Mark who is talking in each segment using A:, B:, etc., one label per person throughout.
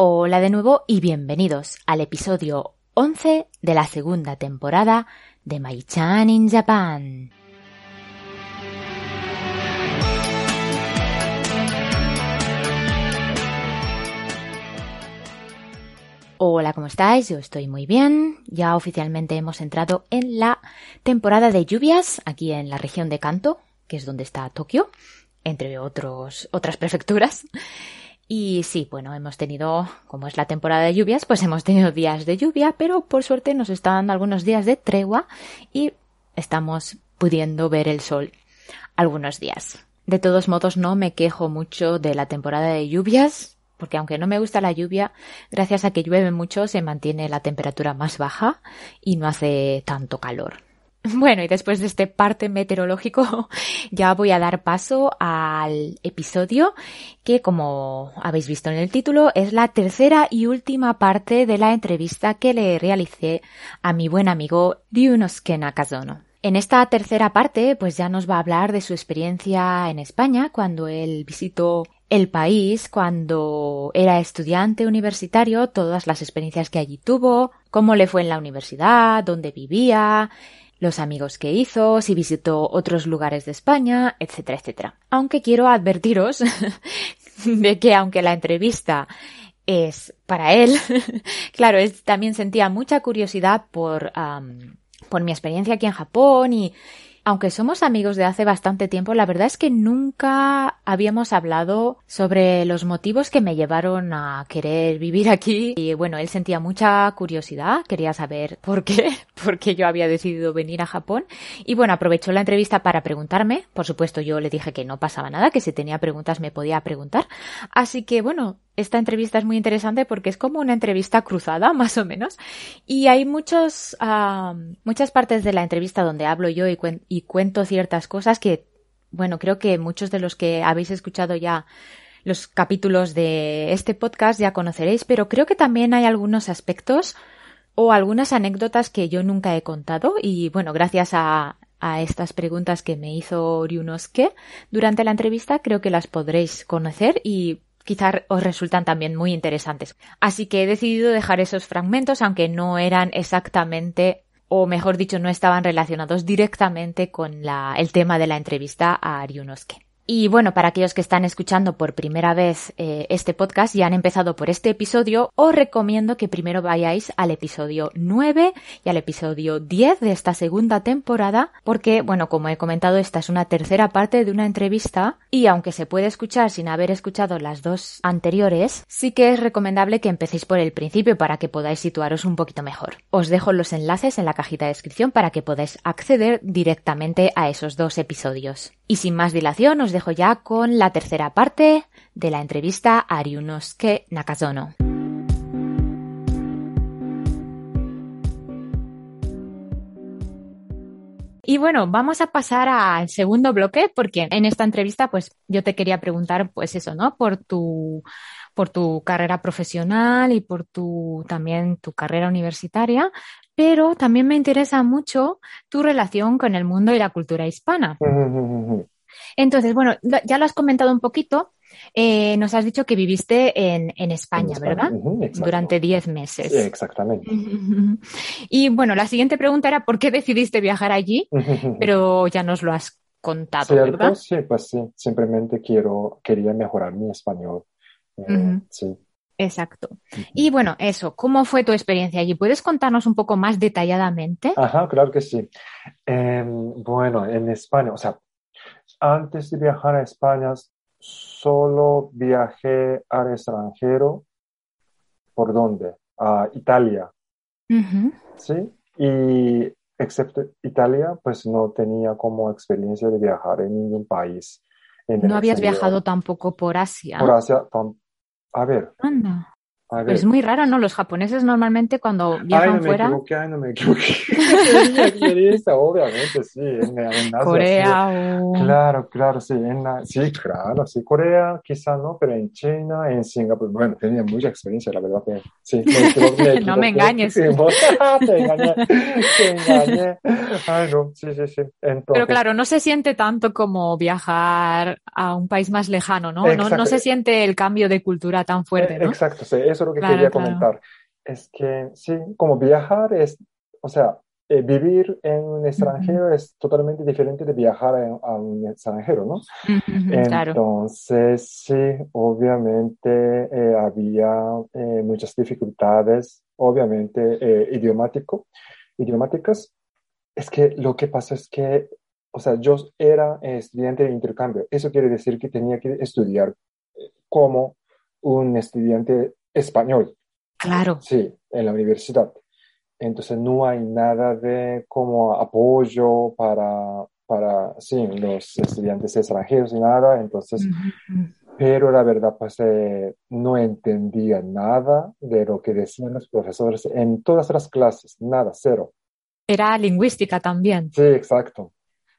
A: Hola de nuevo y bienvenidos al episodio 11 de la segunda temporada de Maichan in Japan. Hola, ¿cómo estáis? Yo estoy muy bien. Ya oficialmente hemos entrado en la temporada de lluvias aquí en la región de Kanto, que es donde está Tokio, entre otros, otras prefecturas. Y sí, bueno, hemos tenido, como es la temporada de lluvias, pues hemos tenido días de lluvia, pero por suerte nos está dando algunos días de tregua y estamos pudiendo ver el sol algunos días. De todos modos, no me quejo mucho de la temporada de lluvias, porque aunque no me gusta la lluvia, gracias a que llueve mucho se mantiene la temperatura más baja y no hace tanto calor. Bueno, y después de este parte meteorológico, ya voy a dar paso al episodio que, como habéis visto en el título, es la tercera y última parte de la entrevista que le realicé a mi buen amigo Ryunosuke Nakazono. En esta tercera parte, pues ya nos va a hablar de su experiencia en España cuando él visitó el país cuando era estudiante universitario, todas las experiencias que allí tuvo, cómo le fue en la universidad, dónde vivía, los amigos que hizo, si visitó otros lugares de España, etcétera, etcétera. Aunque quiero advertiros de que aunque la entrevista es para él, claro, él también sentía mucha curiosidad por, um, por mi experiencia aquí en Japón y aunque somos amigos de hace bastante tiempo, la verdad es que nunca habíamos hablado sobre los motivos que me llevaron a querer vivir aquí. Y bueno, él sentía mucha curiosidad, quería saber por qué, por qué yo había decidido venir a Japón. Y bueno, aprovechó la entrevista para preguntarme. Por supuesto, yo le dije que no pasaba nada, que si tenía preguntas me podía preguntar. Así que bueno, esta entrevista es muy interesante porque es como una entrevista cruzada, más o menos. Y hay muchos, uh, muchas partes de la entrevista donde hablo yo y, cuen y cuento ciertas cosas que, bueno, creo que muchos de los que habéis escuchado ya los capítulos de este podcast ya conoceréis, pero creo que también hay algunos aspectos o algunas anécdotas que yo nunca he contado y bueno, gracias a, a estas preguntas que me hizo Ryunosuke durante la entrevista, creo que las podréis conocer y quizás os resultan también muy interesantes. Así que he decidido dejar esos fragmentos, aunque no eran exactamente, o mejor dicho, no estaban relacionados directamente con la, el tema de la entrevista a Ariunoske. Y bueno, para aquellos que están escuchando por primera vez eh, este podcast y han empezado por este episodio, os recomiendo que primero vayáis al episodio 9 y al episodio 10 de esta segunda temporada, porque, bueno, como he comentado, esta es una tercera parte de una entrevista y aunque se puede escuchar sin haber escuchado las dos anteriores, sí que es recomendable que empecéis por el principio para que podáis situaros un poquito mejor. Os dejo los enlaces en la cajita de descripción para que podáis acceder directamente a esos dos episodios. Y sin más dilación, os dejo ya con la tercera parte de la entrevista a Ariunosuke Nakazono. Y bueno, vamos a pasar al segundo bloque porque en esta entrevista pues yo te quería preguntar pues eso, ¿no? Por tu por tu carrera profesional y por tu también tu carrera universitaria, pero también me interesa mucho tu relación con el mundo y la cultura hispana. Entonces, bueno, ya lo has comentado un poquito. Eh, nos has dicho que viviste en, en España, en España, ¿verdad? Uh -huh, Durante 10 meses.
B: Sí, exactamente.
A: Y bueno, la siguiente pregunta era por qué decidiste viajar allí, pero ya nos lo has contado,
B: ¿Cierto?
A: ¿verdad?
B: Sí, pues sí. Simplemente quiero, quería mejorar mi español. Eh, uh -huh. Sí.
A: Exacto. Uh -huh. Y bueno, eso, ¿cómo fue tu experiencia allí? ¿Puedes contarnos un poco más detalladamente?
B: Ajá, claro que sí. Eh, bueno, en España, o sea, antes de viajar a España, solo viajé al extranjero. ¿Por dónde? A Italia.
A: Uh -huh.
B: Sí. Y excepto Italia, pues no tenía como experiencia de viajar en ningún país. En
A: no habías exterior. viajado tampoco por Asia.
B: Por Asia, a ver.
A: Anda. A ver. Pues es muy raro, ¿no? Los japoneses normalmente cuando viajan
B: ay, no
A: fuera...
B: Me equivoqué, ay, no me equivoqué, mi experiencia, obviamente, sí. En, en Asia,
A: Corea
B: sí. o... Claro, claro, sí. En la... Sí, claro, sí. Corea quizá no, pero en China, en Singapur... Bueno, tenía mucha experiencia, la verdad. Que... Sí, me equivoqué, me equivoqué,
A: no me engañes.
B: Sí, vos... te engañé, te engañé. Ay, no, sí, sí, sí. Entonces... eh,
A: Pero claro, no se siente tanto como viajar a un país más lejano, ¿no? No, no, se siente el cambio de cultura tan fuerte, ¿no?
B: Exacto, sí eso es lo que
A: Claro,
B: quería
A: claro.
B: comentar. Es que sí, como viajar es, o sea, eh, vivir en un extranjero es totalmente diferente de viajar en- a un extranjero, ¿no?
A: Ujú, Mm, Claro.
B: Entonces, sí, obviamente eh, había eh, muchas dificultades, obviamente eh, idiomático, idiomáticas. Es que lo que pasa es que, o sea, yo era eh, estudiante de intercambio. Eso quiere decir que tenía que estudiar eh, como un estudiante español.
C: Claro.
B: Sí, en la universidad. Entonces no hay nada de como apoyo para, para sí, los estudiantes extranjeros y nada. Entonces,
A: Ujú,
B: pero la verdad, pues eh, no entendía nada de lo que decían los profesores en todas las clases, nada, cero.
A: Era lingüística también.
B: Sí, exacto.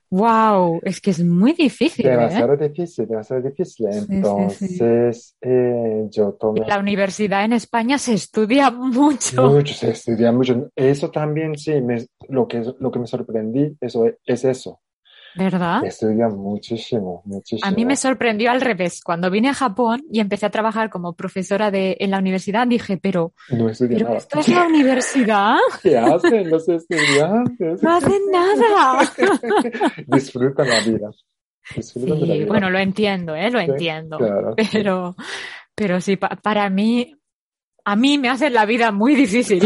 A: Wow, es que es muy difícil, ¿eh?
B: Demasiado difícil, demasiado difícil.
A: Sí, sí, sí.
B: Entonces, eh, yo tomé...
A: La universidad en España se estudia mucho.
B: Mucho, se estudia mucho. Eso también, sí, me- lo que, lo que me sorprendí, eso e, es eso.
A: ¿Verdad?
B: Estudia muchísimo, muchísimo.
A: ¿Ah? A mí me sorprendió al revés. Cuando vine a Japón y empecé a trabajar como profesora de, en la universidad, dije, pero,
B: No estudia
A: pero
B: nada.
A: esto es la universidad,
B: ¿Qué hacen los estudiantes?
A: no hacen nada.
B: Disfrutan la vida. Disfrutan de la
A: Sí,
B: vida.
A: bueno, lo entiendo, ¿eh? Lo
B: Sí,
A: entiendo.
B: claro.
A: Pero, pero sí, pa- para mí, a mí me hacen la vida muy difícil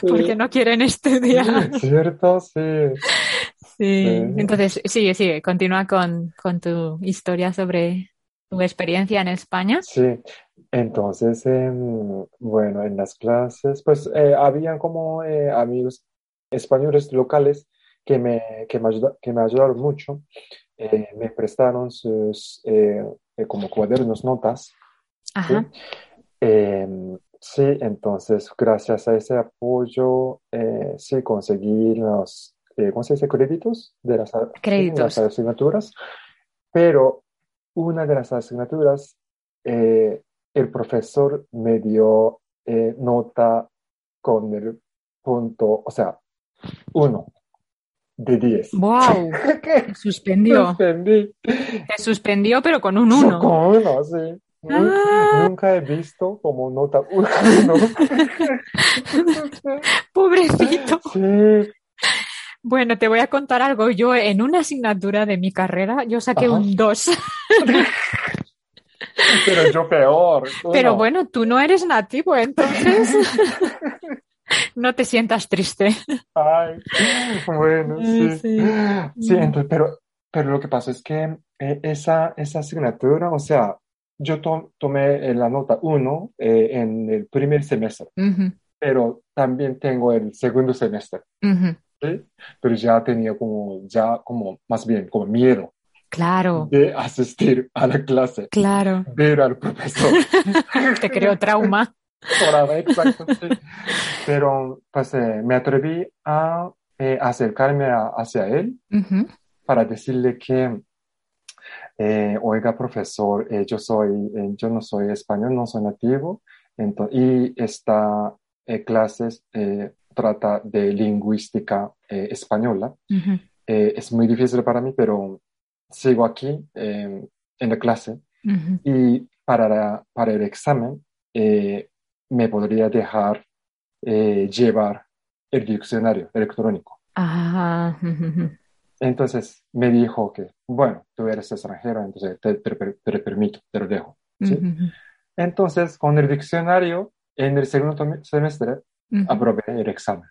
A: porque no quieren estudiar.
B: ¿Cierto? Sí.
A: Sí.
B: Sí.
A: Entonces, sí, sí, continúa con, con tu historia sobre tu experiencia en España.
B: Sí. Entonces, em, bueno, en las clases, pues eh, habían como eh, amigos españoles locales que me, que me, ayuda- que me ayudaron mucho. Eh, me prestaron sus eh, eh, como cuadernos, notas. Sí.
A: Ajá.
B: Em, sí, entonces gracias a ese apoyo, eh, sí conseguí los, eh, ¿cómo se dice? Créditos de las, a-
A: Créditos.
B: las asignaturas, pero una de las asignaturas, eh, el profesor me dio eh, nota con el punto, o sea, uno de diez.
A: ¡Wow!
B: ¿Qué?
A: Te suspendió.
B: Suspendí.
A: Te suspendió, pero con un uno.
B: Con uno, sí. Nun-
A: Ah.
B: Nunca he visto como nota uno.
A: Pobrecito.
B: Sí,
A: Bueno, te voy a contar algo. Yo en una asignatura de mi carrera, yo saqué
B: Ajá.
A: un 2.
B: pero yo peor.
A: Pero
B: uno.
A: bueno, tú no eres nativo, entonces no te sientas triste.
B: Ay, bueno,
A: Ay,
B: sí.
A: Mm, sí. Mm.
B: Sí, entonces, pero, pero lo que pasa es que eh, esa, esa asignatura, o sea, yo to- tomé eh, la nota uno eh, en el primer semestre,
A: Ujú,
B: pero también tengo el segundo semestre,
A: ujú.
B: ¿sí? Pero ya tenía como, ya como, más bien, como miedo.
A: Claro,
B: de asistir a la clase,
A: claro.
B: ver al profesor.
A: Te creo trauma.
B: Ahora, exacto, sí. Pero pues eh, me atreví a eh, acercarme a- hacia él
A: Ujú.
B: para decirle que, eh, oiga, profesor, eh, yo soy, eh, yo no soy español, no soy nativo, ento- y esta eh, clase eh, trata de lingüística eh, española.
A: Ujú,
B: Eh, es muy difícil para mí, pero sigo aquí eh, en la clase.
A: ujú.
B: Y para, la- para el examen, eh, me podría dejar eh, llevar el diccionario electrónico.
A: Ah, ujú, ujú.
B: Entonces me dijo que, bueno, tú eres extranjero, entonces te, te, te lo permito, te lo dejo. Sí.
A: Ujú, ujú.
B: Entonces, con el diccionario, en el segundo tome- semestre, aprobé el examen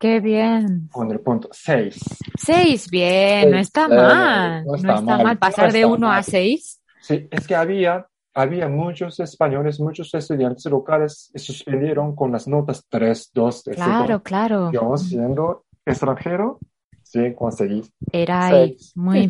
A: Qué bien.
B: con el punto 6.
A: Seis, bien, no está
B: Eh,
A: mal.
B: no está mal, no
A: pasar de
B: está
A: uno a
B: mal.
A: seis.
B: Sí, es que había, había muchos españoles, muchos estudiantes locales que suspendieron con las notas 3, 2,
A: Claro, claro.
B: Yo siendo extranjero, sí, conseguí.
A: Era ahí.
B: Seis.
A: Muy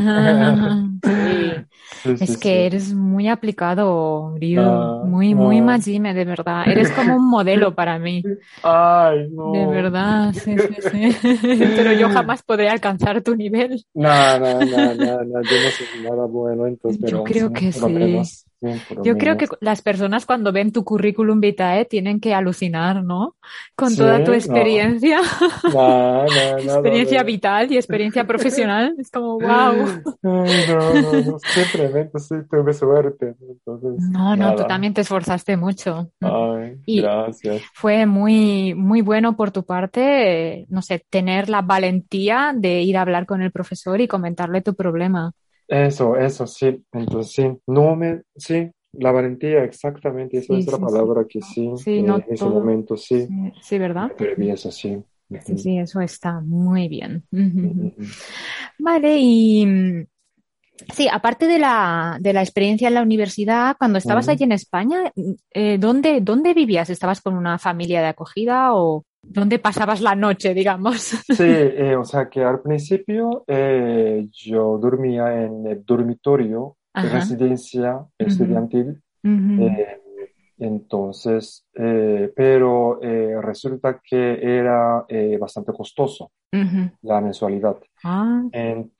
A: bien. Sí.
B: Sí, sí,
A: Es
B: sí.
A: que eres muy aplicado, Ryu.
B: Ah,
A: muy, muy
B: ah.
A: majime, de verdad. Eres como un modelo para mí.
B: Ay, no.
A: De verdad, sí, sí, sí. Pero yo jamás podré alcanzar tu nivel.
B: No, no, no, no, no, yo no soy nada bueno, entonces,
A: Yo
B: pero
A: creo
B: sí,
A: que
B: por lo
A: sí.
B: menos Sí, por lo
A: Yo creo que
B: menos.
A: las personas cuando ven tu currículum vitae tienen que alucinar, ¿no? Con
B: Sí,
A: toda tu
B: no.
A: experiencia,
B: No, no, no, no,
A: experiencia
B: no.
A: vital y experiencia profesional. Es como, wow.
B: Ay, No, no, no, simplemente sí tuve suerte. Entonces,
A: No, no, tú
B: nada.
A: también te esforzaste mucho.
B: Ay,
A: Y-
B: gracias.
A: Fue muy, muy bueno por tu parte, eh, no sé, tener la valentía de ir a hablar con el profesor y comentarle tu problema.
B: Eso, eso, sí. Entonces, sí, no me, sí, la valentía, exactamente, esa
A: Sí,
B: es la
A: sí,
B: palabra que sí,
A: Sí,
B: eh,
A: no
B: en ese
A: todo-
B: momento sí,
A: Sí, sí, ¿verdad?
B: pero vi eso sí.
A: Sí, sí, eso está muy bien.
B: Ujú,
A: Ujú.
B: ujú, ujú.
A: Vale, y mm, sí, aparte de la, de la experiencia en la universidad, cuando estabas
B: Ujú.
A: allí en España, mm, eh, ¿dónde, dónde vivías? ¿Estabas con una familia de acogida o dónde pasabas la noche, digamos?
B: Sí, eh, o sea que al principio eh, yo dormía en el dormitorio,
A: Ajá.
B: Eh, residencia estudiantil,
A: Ujú.
B: eh, entonces, eh, pero eh, resulta que era eh, bastante costoso
A: Ujú.
B: la mensualidad.
A: Ah,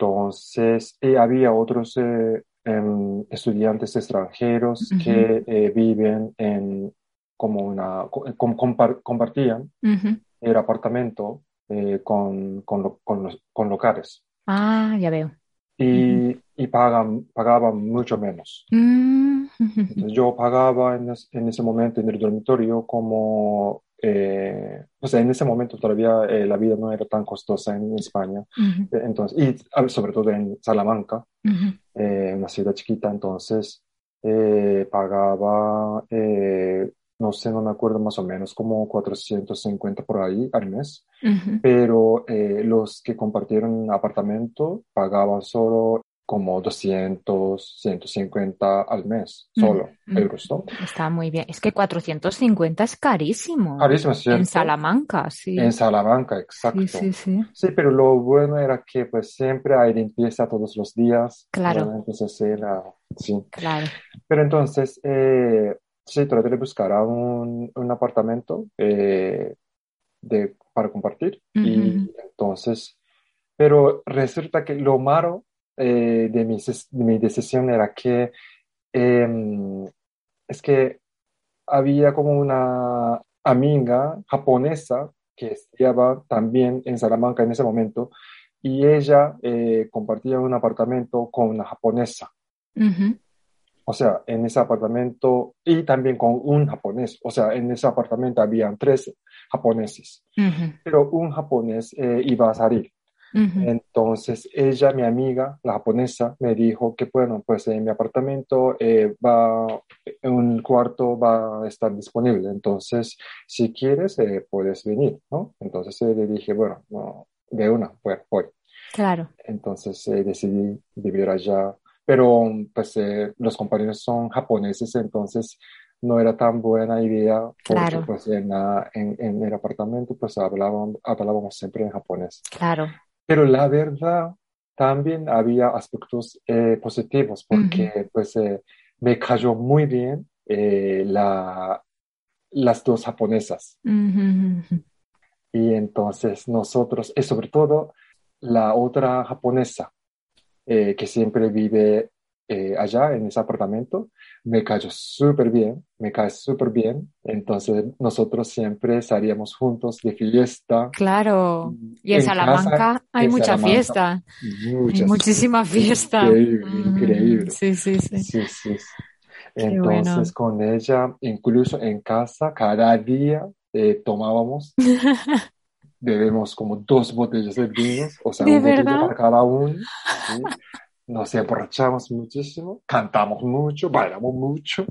B: Entonces, y había otros eh, em, estudiantes extranjeros
A: Ujú.
B: que eh, viven en como una, co- com- compar- compartían
A: ujú.
B: el apartamento eh, con, con, lo- con los, con locales
A: Ah, ya veo.
B: y, y pagan, pagaban mucho menos.
A: Mm, ujú.
B: Entonces, yo pagaba en, es- en ese momento en el dormitorio como, eh, o sea, en ese momento todavía eh, la vida no era tan costosa en España.
A: Ujú,
B: Entonces, y ah, sobre todo en Salamanca.
A: ujú.
B: eh, una ciudad chiquita, entonces eh, pagaba, eh, no sé, no me acuerdo más o menos, como 450 por ahí al mes,
A: Ujú.
B: pero eh, los que compartieron apartamento pagaban solo como 200, 150 al mes, solo
A: Mm,
B: euros, ¿no?
A: Está muy bien. Es que 450 es carísimo.
B: Carísimo, ¿cierto?
A: En Salamanca, sí.
B: En Salamanca,
A: Sí,
B: exacto.
A: sí, sí.
B: Sí, pero lo bueno era que pues siempre hay limpieza todos los días,
A: Claro.
B: ¿verdad? Entonces era, sí.
A: Claro.
B: Pero entonces, eh, sí, traté de buscar a un, un apartamento eh, de, para compartir.
A: Ujú.
B: Y entonces, pero resulta que lo malo eh, de, mi, ses- de mi decisión era que em, es que había como una amiga japonesa que estudiaba también en Salamanca en ese momento y ella eh, compartía un apartamento con una japonesa.
A: Ujú.
B: O sea, en ese apartamento y también con un japonés. O sea, en ese apartamento habían tres japoneses,
A: Ujú.
B: pero un japonés eh, iba a salir.
A: Ujú.
B: Entonces ella, mi amiga, la japonesa, me dijo que bueno, pues en mi apartamento eh, va, un cuarto va a estar disponible. Entonces, si quieres, eh, puedes venir, ¿no? Entonces eh, le dije, bueno, no, de una, pues voy.
A: Claro.
B: Entonces eh, decidí vivir allá, pero pues eh, los compañeros son japoneses, entonces no era tan buena idea porque
A: Claro.
B: pues en, la- en, en el apartamento pues hablaban, hablábamos siempre en japonés.
A: Claro.
B: Pero la verdad también había aspectos eh, positivos porque pues eh, me cayó muy bien eh, la, las dos japonesas.
A: Ujú.
B: Y entonces nosotros, y sobre todo la otra japonesa eh, que siempre vive eh, allá en ese apartamento, me cayó súper bien, me cae súper bien. Entonces nosotros siempre salíamos juntos de fiesta
A: Claro. Y en
B: en casa,
A: Salamanca hay
B: en
A: mucha
B: Salamanca.
A: fiesta. Hay
B: Muchas.
A: muchísima fiesta.
B: Increíble,
A: Mm,
B: increíble.
A: Sí, sí, sí.
B: Sí, sí, sí.
A: Qué bueno.
B: Entonces con ella, incluso en casa, cada día eh, tomábamos bebemos como dos botellas de vinos, o sea,
A: ¿De
B: un botella
A: verdad?
B: para cada uno, ¿sí? Nos emborrachamos muchísimo, cantamos mucho, bailamos mucho,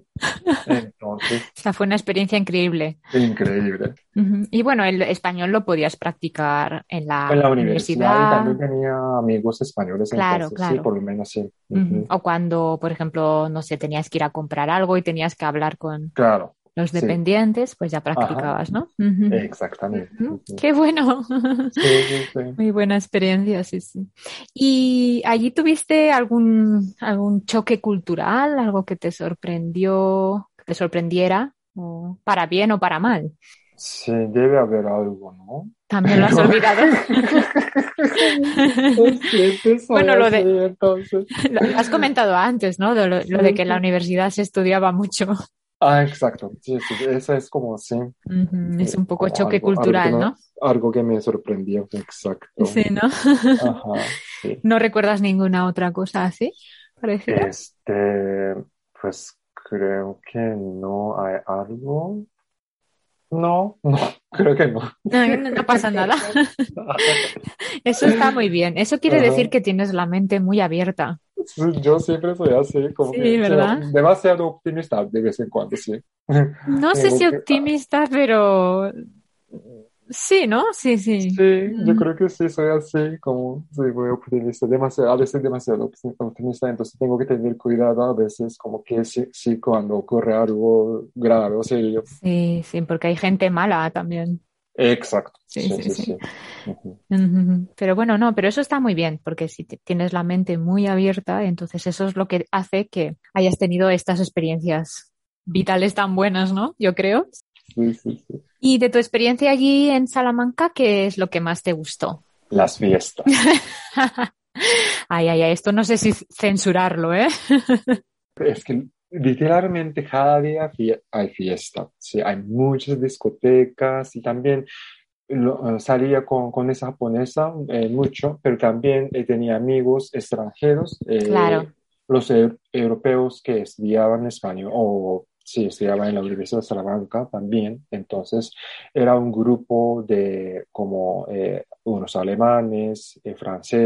B: entonces,
A: O sea, fue una experiencia increíble.
B: increíble.
A: Ujú. Y bueno, el español lo podías practicar en
B: En
A: Ah, la
B: la universidad y
A: universidad.
B: también tenía amigos españoles,
A: Claro,
B: entonces, sí,
A: claro.
B: por lo menos sí.
A: Ujú.
B: Ujú.
A: O cuando, por ejemplo, no sé, tenías que ir a comprar algo y tenías que hablar con
B: Claro,
A: los
B: sí,
A: dependientes, pues ya
B: ajá,
A: practicabas, ¿no? Ujú.
B: exactamente.
A: Ujú.
B: Ujú.
A: Qué bueno.
B: Sí, sí, sí.
A: Muy buena experiencia, sí, sí. ¿Y allí tuviste algún, algún choque cultural, algo que te sorprendió, que te sorprendiera, o para bien o para mal?
B: Sí, debe haber algo, ¿no?
A: También lo has olvidado. Bueno, lo de-
B: Entonces.
A: Lo has comentado antes, ¿no? De lo, lo de que en la universidad se estudiaba mucho.
B: Ah, exacto. Sí, sí, eso es como, sí,
A: Ujú, Es un poco
B: O
A: choque
B: algo- algo
A: cultural,
B: que no-
A: ¿no?
B: algo que me sorprendió. Exacto.
A: Sí, ¿no?
B: Ajá, sí.
A: ¿No recuerdas ninguna otra cosa así? Parecida.
B: Este, pues creo que no hay algo. No, no, creo que no.
A: No, no- no pasa nada. Eso está muy bien. Eso quiere
B: Ajá.
A: decir que tienes la mente muy abierta.
B: Yo siempre soy así, como
A: Sí,
B: que, o sea,
A: ¿verdad?
B: demasiado optimista de vez en cuando, sí.
A: No sé
B: Tengo
A: si
B: que- ah.
A: optimista, pero sí, ¿no? Sí, sí.
B: Sí, yo
A: Mm.
B: creo que sí, soy así, como soy muy optimista, demasiado, a veces demasiado opti- optimista, entonces tengo que tener cuidado a veces, como que sí, sí, cuando ocurre algo grave, o sea, yo-
A: Sí, sí, porque hay gente mala también.
B: exacto,
A: Sí,
B: sí,
A: sí,
B: sí,
A: sí.
B: sí. Ujú.
A: Ujú. Pero bueno, no, pero eso está muy bien, porque si te- tienes la mente muy abierta, entonces eso es lo que hace que hayas tenido estas experiencias vitales tan buenas, ¿no? Yo creo.
B: Sí, sí, sí.
A: Y de tu experiencia allí en Salamanca, ¿qué es lo que más te gustó?
B: Las fiestas.
A: Ay, ay, ay, esto no sé si censurarlo, ¿eh?
B: Es que literalmente cada día fie- hay fiesta, sí, hay muchas discotecas y también lo- eh, salía con, con esa japonesa eh, mucho, pero también eh, tenía amigos extranjeros, eh,
C: Claro.
B: los eu- europeos que estudiaban español o sí, estudiaban en la Universidad de Salamanca también, entonces era un grupo de como eh, unos alemanes, eh,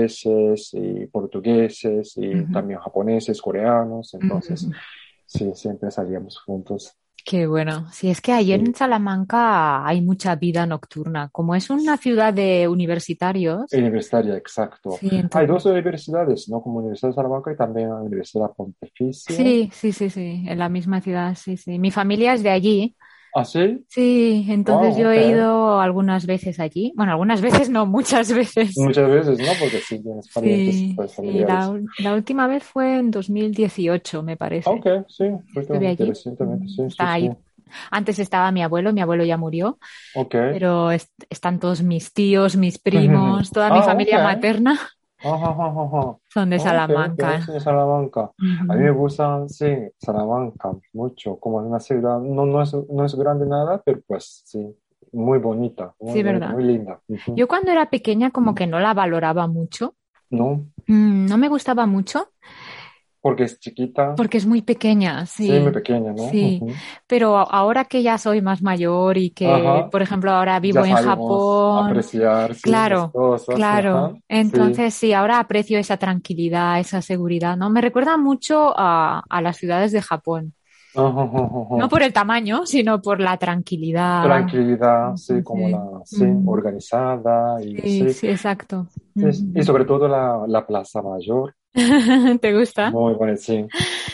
B: franceses y portugueses y
A: Ujú.
B: también japoneses, coreanos, entonces sí, siempre salíamos juntos.
A: Qué bueno. Sí, es que allí en
B: Sí.
A: Salamanca hay mucha vida nocturna. Como es una ciudad de universitarios,
B: Universitaria, exacto.
A: sí,
B: Hay
A: entonces-
B: dos universidades, ¿no? Como Universidad de Salamanca y también la Universidad Pontificia.
A: sí, sí, sí, sí, en la misma ciudad, sí, sí. Mi familia es de allí.
B: ¿Ah, sí?
A: Sí, entonces
B: Wow,
A: yo
B: ok.
A: he ido algunas veces allí. Bueno, algunas veces no, muchas veces.
B: Muchas veces, ¿no? Porque sí tienes parientes,
A: Sí,
B: pues,
A: sí,
B: familiares.
A: la, la última vez fue en 2018, me parece.
B: Ok, sí,
A: Estuve
B: recientemente,
A: allí.
B: recientemente, sí, sí,
A: Está ahí.
B: sí.
A: Antes estaba mi abuelo, mi abuelo ya murió.
B: Ok.
A: pero est- están todos mis tíos, mis primos, toda mi
B: Ah,
A: familia
B: ok.
A: materna
B: Ajá, ajá, ajá.
A: son de
B: Ah, ok, ok,
A: Salamanca.
B: sí, Salamanca. A mí me
A: Ujú.
B: gusta, sí, Salamanca mucho, como es una ciudad, no, no es, no es grande nada, pero pues sí, muy bonita, muy,
A: Sí,
B: muy-
A: ¿verdad?
B: muy linda. Ujú.
A: Yo cuando era pequeña como que no la valoraba mucho,
B: ¿No?
A: Mm, no me gustaba mucho
B: Porque es chiquita,
A: porque es muy pequeña,
B: sí,
A: sí.
B: muy pequeña, ¿no?
A: Sí.
B: Ujú.
A: Pero a- ahora que ya soy más mayor y que,
B: Ajá.
A: por ejemplo, ahora vivo
B: Ya
A: en
B: sabemos
A: Japón,
B: apreciar, sí, las
A: claro,
B: cosas, ajá,
A: claro.
B: sí.
A: Entonces sí, ahora aprecio esa tranquilidad, esa seguridad, ¿no? Me recuerda mucho a, a las ciudades de Japón.
B: Ajá, ajá, ajá.
A: No por el tamaño, sino por la tranquilidad.
B: Tranquilidad, sí,
A: Sí,
B: como
A: sí.
B: la, sí,
A: Ujú.
B: organizada y
A: Sí,
B: sí,
A: sí, exacto.
B: sí, y sobre todo la, la Plaza Mayor.
A: Ujú. ¿Te gusta?
B: Muy bueno, sí.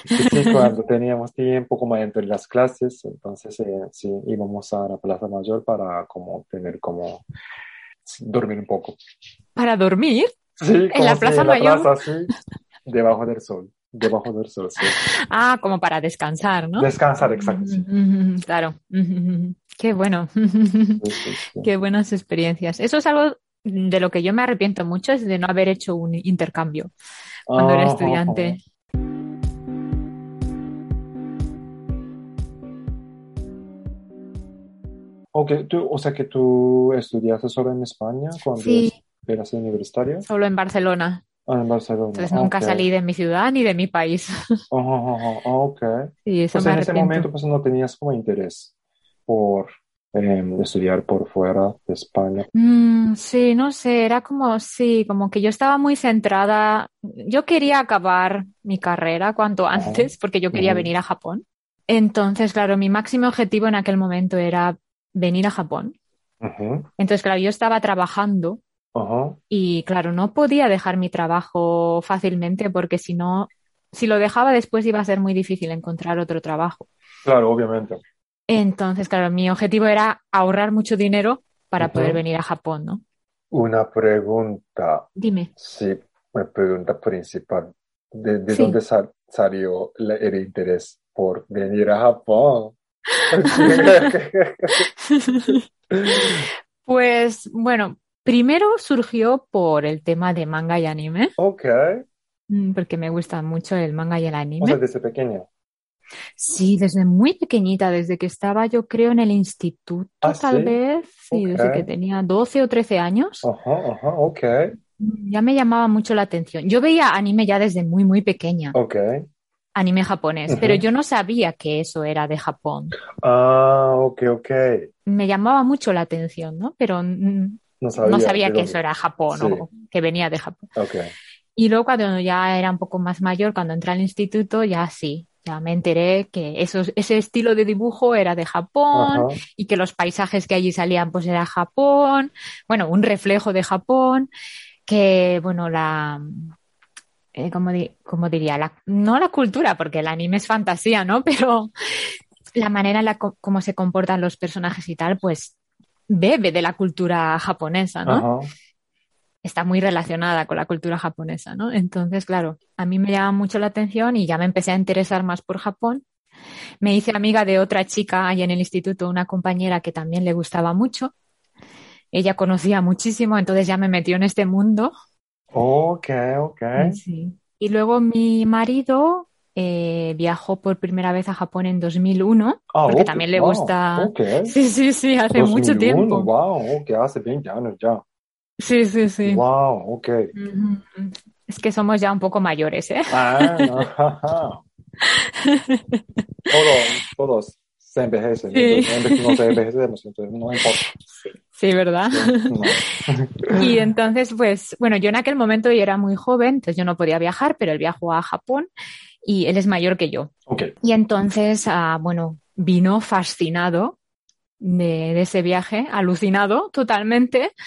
B: Sí, sí, cuando teníamos tiempo, como entre las clases, entonces eh, sí, íbamos a la Plaza Mayor para como tener como dormir un poco.
A: ¿Para dormir?
B: Sí,
A: ¿En la
B: como sí,
A: Plaza
B: en la
A: Mayor?
B: plaza, sí, debajo del sol, debajo del sol, sí.
A: Ah, como para descansar, ¿no? Mm.
B: Descansar, exacto, sí.
A: Ujú, Claro. Ujú. Qué bueno.
B: Sí, sí, sí.
A: Qué buenas experiencias. Eso es algo de lo que yo me arrepiento mucho, es de no haber hecho un intercambio cuando era
B: Ah, Ajá,
A: estudiante.
B: Ok, tú, o sea que tú estudiaste solo en España cuando
A: Sí,
B: eras universitario,
A: solo en Barcelona.
B: ah, en Barcelona.
A: Entonces
B: Ah,
A: nunca
B: Ok,
A: salí de mi ciudad ni de mi país.
B: Ajá, ajá, ajá, ok.
A: Y eso
B: Pues
A: me
B: en ese
A: arrepiento.
B: momento pues no tenías como interés por em, estudiar por fuera de España.
A: Mm, sí, no sé, era como, sí, como que yo estaba muy centrada. Yo quería acabar mi carrera cuanto
B: Ajá,
A: antes, porque yo quería
B: Ah, ujú.
A: venir a Japón. Entonces, claro, mi máximo objetivo en aquel momento era venir a Japón.
B: Ujú,
A: Entonces, claro, yo estaba trabajando
B: Ajá,
A: y, claro, no podía dejar mi trabajo fácilmente porque si no, si lo dejaba después iba a ser muy difícil encontrar otro trabajo.
B: Claro, obviamente.
A: Entonces, claro, mi objetivo era ahorrar mucho dinero para poder
B: Ujú.
A: venir a Japón, ¿no?
B: Una pregunta.
A: Dime.
B: Sí, la pregunta principal. ¿De, de
A: Sí.
B: dónde sa- salió la- el interés por venir a Japón? ¿Por qué?
A: Pues bueno, primero surgió por el tema de manga y anime,
B: Ok.
A: mm, porque me gusta mucho el manga y el
B: O
A: anime.
B: sea, desde pequeña.
A: Sí, desde muy pequeñita, desde que estaba yo creo en el instituto,
B: Ah,
A: tal
B: ¿sí?
A: vez, sí, desde
B: Ok.
A: que tenía 12 o 13 años,
B: Ajá, ajá, ok.
A: ya me llamaba mucho la atención. Yo veía anime ya desde muy, muy pequeña,
B: Ok.
A: anime japonés, pero
B: Ujú.
A: yo no sabía que eso era de Japón.
B: Ah, ok, ok.
A: Me llamaba mucho la atención, ¿no? Pero mm,
B: No sabía.
A: no sabía
B: de
A: que
B: dónde.
A: eso era Japón
B: Sí.
A: o que venía de Japón.
B: Ok.
A: Y luego cuando ya era un poco más mayor, cuando entré al instituto, ya sí, ya me enteré que esos- ese estilo de dibujo era de Japón
B: Ajá.
A: y que los paisajes que allí salían pues era Japón, bueno, un reflejo de Japón, que bueno, la... eh, ¿cómo, di- cómo diría? La- no la cultura, porque el anime es fantasía, ¿no? Pero la manera en la co- cómo se comportan los personajes y tal, pues bebe de la cultura japonesa, ¿no?
B: Ajá.
A: está muy relacionada con la cultura japonesa, ¿no? Entonces, claro, a mí me llama mucho la atención y ya me empecé a interesar más por Japón. Me hice amiga de otra chica ahí en el instituto, una compañera que también le gustaba mucho. Ella conocía muchísimo, entonces ya me metió en este mundo.
B: Ok, ok.
A: Sí. Y luego mi marido eh, viajó por primera vez a Japón en 2001,
B: Ah,
A: porque
B: ok,
A: también le
B: wow,
A: gusta...
B: Ok.
A: Sí, sí, sí, hace mucho
B: 2001,
A: tiempo.
B: Wow, ok, hace 20 años ya.
A: Sí, sí, sí.
B: Wow, ok.
A: Ujú. Es que somos ya un poco mayores, ¿eh?
B: Ah, ajá. Todos, todos se envejecen.
A: Sí.
B: Entonces, enve- nos envejecemos, entonces no importa.
A: Sí, ¿verdad?
B: No.
A: Y entonces, pues, bueno, yo en aquel momento yo era muy joven, entonces yo no podía viajar, pero él viajó a Japón y él es mayor que yo.
B: Ok.
A: Y entonces, ah, bueno, vino fascinado de, de ese viaje, alucinado totalmente.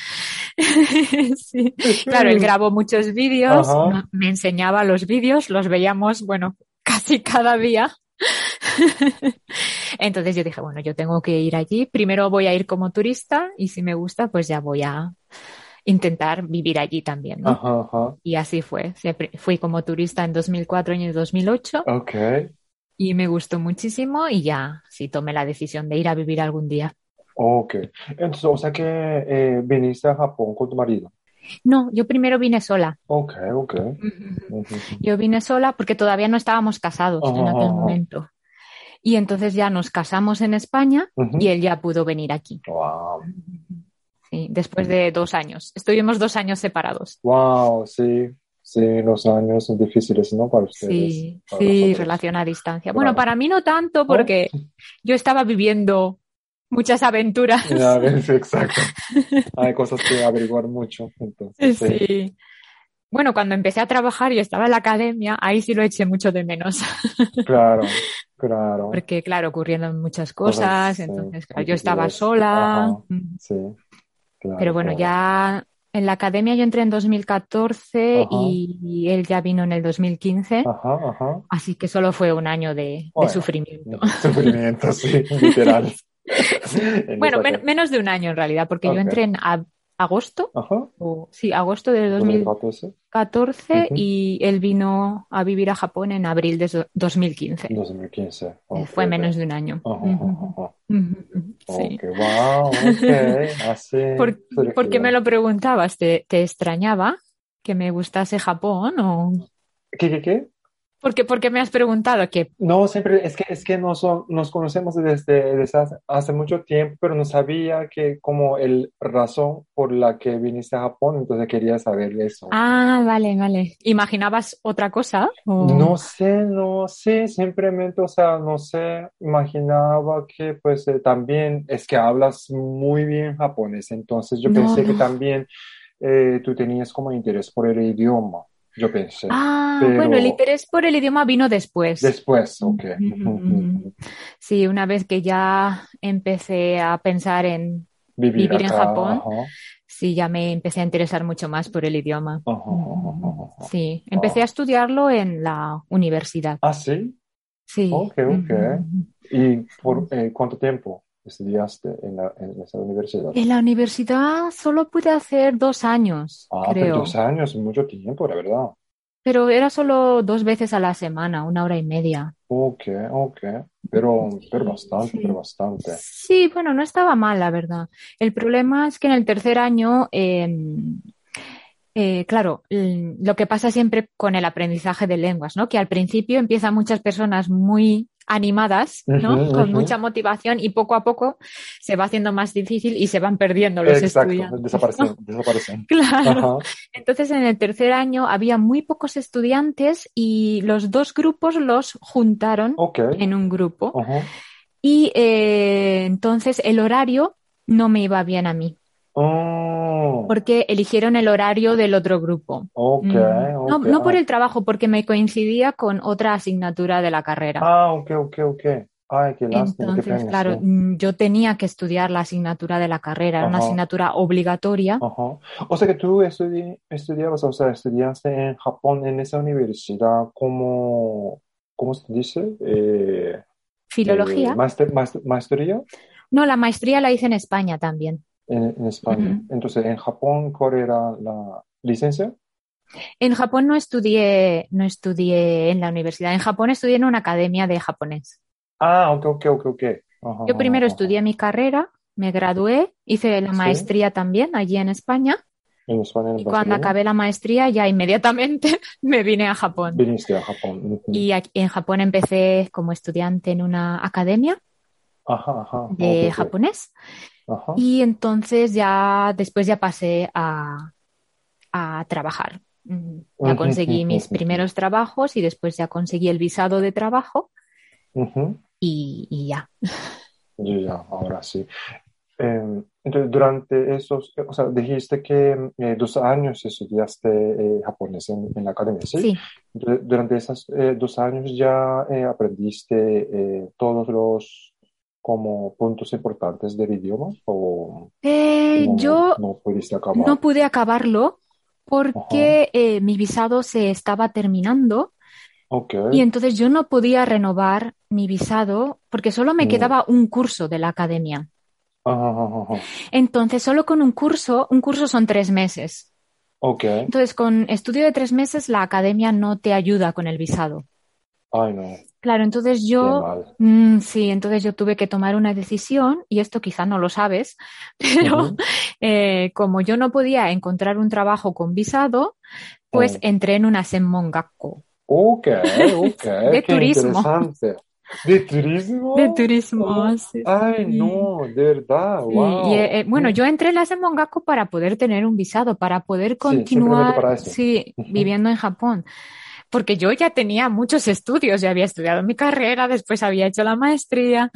A: Sí. Claro, él grabó muchos vídeos,
B: Mm. Ajá.
A: no- me enseñaba los vídeos, los veíamos, bueno, casi cada día. Entonces yo dije, bueno, yo tengo que ir allí. Primero voy a ir como turista y si me gusta, pues ya voy a intentar vivir allí también, ¿no?
B: Ajá, ajá.
A: Y así fue. Siempre- fui como turista en 2004 y en 2008
B: Ok.
A: y me gustó muchísimo y ya sí tomé la decisión de ir a vivir algún día.
B: Ok. Entonces, o sea que eh, viniste a Japón con tu marido.
A: No, yo primero vine sola.
B: Ok, ok. Ujú.
A: Yo vine sola porque todavía no estábamos casados en aquel
B: Ajá.
A: momento. Y entonces ya nos casamos en España
B: Ujú.
A: y él ya pudo venir aquí.
B: Wow.
A: Sí, después de dos años. Estuvimos dos años separados.
B: Wow, sí. Sí, los años son difíciles, ¿no? Para ustedes.
A: Sí,
B: para
A: sí,
B: nosotros.
A: relación a distancia. Bueno,
B: Claro. Oh.
A: para mí no tanto porque yo estaba viviendo muchas aventuras.
B: Ya ves, exacto. Hay cosas que averiguar mucho, entonces. Sí.
A: Sí. Bueno, cuando empecé a trabajar y estaba en la academia, ahí sí lo eché mucho de menos,
B: Ah. Claro, claro.
A: porque claro, ocurrieron muchas
B: Cosas,
A: cosas,
B: sí,
A: entonces claro, yo estaba
B: competitivas.
A: sola,
B: Ajá, sí, claro.
A: pero bueno,
B: claro.
A: ya en la academia yo entré en 2014
B: Ajá.
A: y, y él ya vino en el 2015,
B: Ajá, ajá.
A: así que solo fue un año de, de
B: Bueno.
A: sufrimiento.
B: Sufrimiento, sí, literal. En
A: Bueno,
B: esa
A: men-
B: que-
A: menos de un año en realidad, porque
B: Ok.
A: yo entré en ab- agosto,
B: Ajá,
A: o sí, agosto de 2014
B: 2014, Ujú.
A: y él vino a vivir a Japón en abril de so- 2015.
B: 2015.
A: Eh,
B: ok,
A: Fue
B: ok.
A: menos de un año.
B: Ajá,
A: Ujú,
B: ajá, ajá.
A: ujú, Sí.
B: Ok, wow, ok. Así.
A: ¿Por, por qué
B: surgió.
A: me lo preguntabas? ¿Te, te extrañaba que me gustase Japón? ¿O
B: ¿Qué, qué, qué?
A: por qué, por qué me has preguntado? Que
B: No, siempre es que es que nos, nos conocemos desde, desde hace, hace mucho tiempo, pero no sabía que como el razón por la que viniste a Japón, entonces quería saber eso.
A: Ah, vale, vale. ¿Imaginabas otra cosa? ¿O-
B: No sé, no sé, simplemente, o sea, no sé, imaginaba que pues eh, también es que hablas muy bien japonés, entonces yo
A: No,
B: pensé que
A: no.
B: también eh, tú tenías como interés por el idioma, yo pensé,
A: Ah, bueno, el
B: pero
A: interés por el idioma vino después.
B: después, ok.
A: Mm, Sí, una vez que ya empecé a pensar en
B: Vivir
A: vivir en
B: acá,
A: Japón,
B: ajá.
A: sí, ya me empecé a interesar mucho más por el idioma.
B: Ajá,
A: Mm.
B: ajá, ajá, ajá.
A: Sí, empecé
B: Ah.
A: a estudiarlo en la universidad.
B: Ah, sí,
A: Sí.
B: ok, ok. ¿Y por eh, cuánto tiempo estudiaste en, la, en esa universidad?
A: En la universidad solo pude hacer dos años,
B: Ah, pero
A: creo.
B: dos años, mucho tiempo, la verdad.
A: pero era solo dos veces a la semana, una hora y media.
B: Ok, ok. Pero, pero bastante,
A: Sí.
B: pero bastante.
A: Sí, bueno, no estaba mal, la verdad. El problema es que en el tercer año, eh, eh, claro, l- lo que pasa siempre con el aprendizaje de lenguas, ¿no? Que al principio empiezan muchas personas muy animadas, ¿no?
B: Ujú,
A: Con
B: ujú.
A: mucha motivación y poco a poco se va haciendo más difícil y se van perdiendo los
B: Exacto,
A: estudiantes.
B: desaparecen, desaparecen.
A: Claro.
B: Ajá.
A: Entonces, en el tercer año había muy pocos estudiantes y los dos grupos los juntaron
B: Ok.
A: en un grupo.
B: Ajá.
A: Y eh, entonces el horario no me iba bien a mí,
B: Oh,
A: porque eligieron el horario del otro grupo.
B: ok,
A: Mm, no,
B: ok.
A: no por
B: Ah.
A: el trabajo, porque me coincidía con otra asignatura de la carrera.
B: Ah, ok, ok, ok. Ay, qué lástima, qué
A: Entonces,
B: pena,
A: claro,
B: sí.
A: mm, yo tenía que estudiar la asignatura de la carrera, era una
B: Ajá.
A: asignatura obligatoria.
B: Ajá. O sea que tú estudi- estudiabas, o sea, estudiaste en Japón en esa universidad como, ¿cómo se dice? Eh, eh,
A: Filología.
B: master- master- maestría
A: No, la maestría la hice en España también.
B: en, en España.
A: Ujú.
B: Entonces, en Japón, ¿cuál era la licencia?
A: En Japón no estudié, no estudié en la universidad. En Japón estudié en una academia de japonés.
B: Ah, ok, ok, ok, ok. Ajá,
A: Yo primero
B: ajá,
A: estudié mi carrera, me gradué, hice la
B: Sí.
A: maestría también allí en España
B: ajá. En España, en
A: y cuando
B: Barcelona,
A: acabé la maestría ya inmediatamente me vine a Japón.
B: viniste a Japón. Ujú.
A: Y aquí- en Japón empecé como estudiante en una academia
B: Ajá, ajá, Ah, ok, Ah.
A: de
B: ok.
A: japonés
B: Ajá.
A: y entonces ya después ya pasé a, a trabajar. Mm, Ya
B: Ujú,
A: conseguí
B: ujú,
A: mis
B: ujú.
A: primeros trabajos y después ya conseguí el visado de trabajo
B: Ujú.
A: y, y ya.
B: Yo ya, ahora sí. Eh, entonces, durante esos, eh, o sea, dijiste que eh, dos años estudiaste eh, japonés en, en la academia, ¿sí?
A: Sí.
B: Du- durante esos eh, dos años ya eh, aprendiste eh, todos los como puntos importantes del idioma o
A: Eh,
B: no,
A: yo
B: no pudiste acabar.
A: No pude acabarlo porque eh, mi visado se estaba terminando
B: Ok,
A: y entonces yo no podía renovar mi visado porque solo me
B: Mm.
A: quedaba un curso de la academia.
B: Ajá, ajá, ajá.
A: Entonces, solo con un curso, un curso son tres meses.
B: Ok,
A: Entonces, con estudio de tres meses, la academia no te ayuda con el visado.
B: ay no,
A: Claro, entonces
B: qué
A: yo,
B: mal.
A: mm, sí, entonces yo tuve que tomar una decisión, y esto quizá no lo sabes, pero
B: Ujú.
A: eh, como yo no podía encontrar un trabajo con visado, pues
B: Mm.
A: entré en una Senmongakko
B: Ok, ok,
A: de
B: qué
A: turismo,
B: interesante. ¿De
A: de
B: turismo?
A: turismo. ah, sí,
B: Oh, Ay,
A: sí.
B: no, de verdad,
A: Sí, y, eh,
B: wow. Mm.
A: eh, bueno, yo entré en la Senmongakko para poder tener un visado, para poder
B: Sí, simplemente
A: continuar,
B: para eso.
A: sí,
B: Ujú.
A: viviendo en Japón, porque yo ya tenía muchos estudios, ya había estudiado mi carrera, después había hecho la maestría,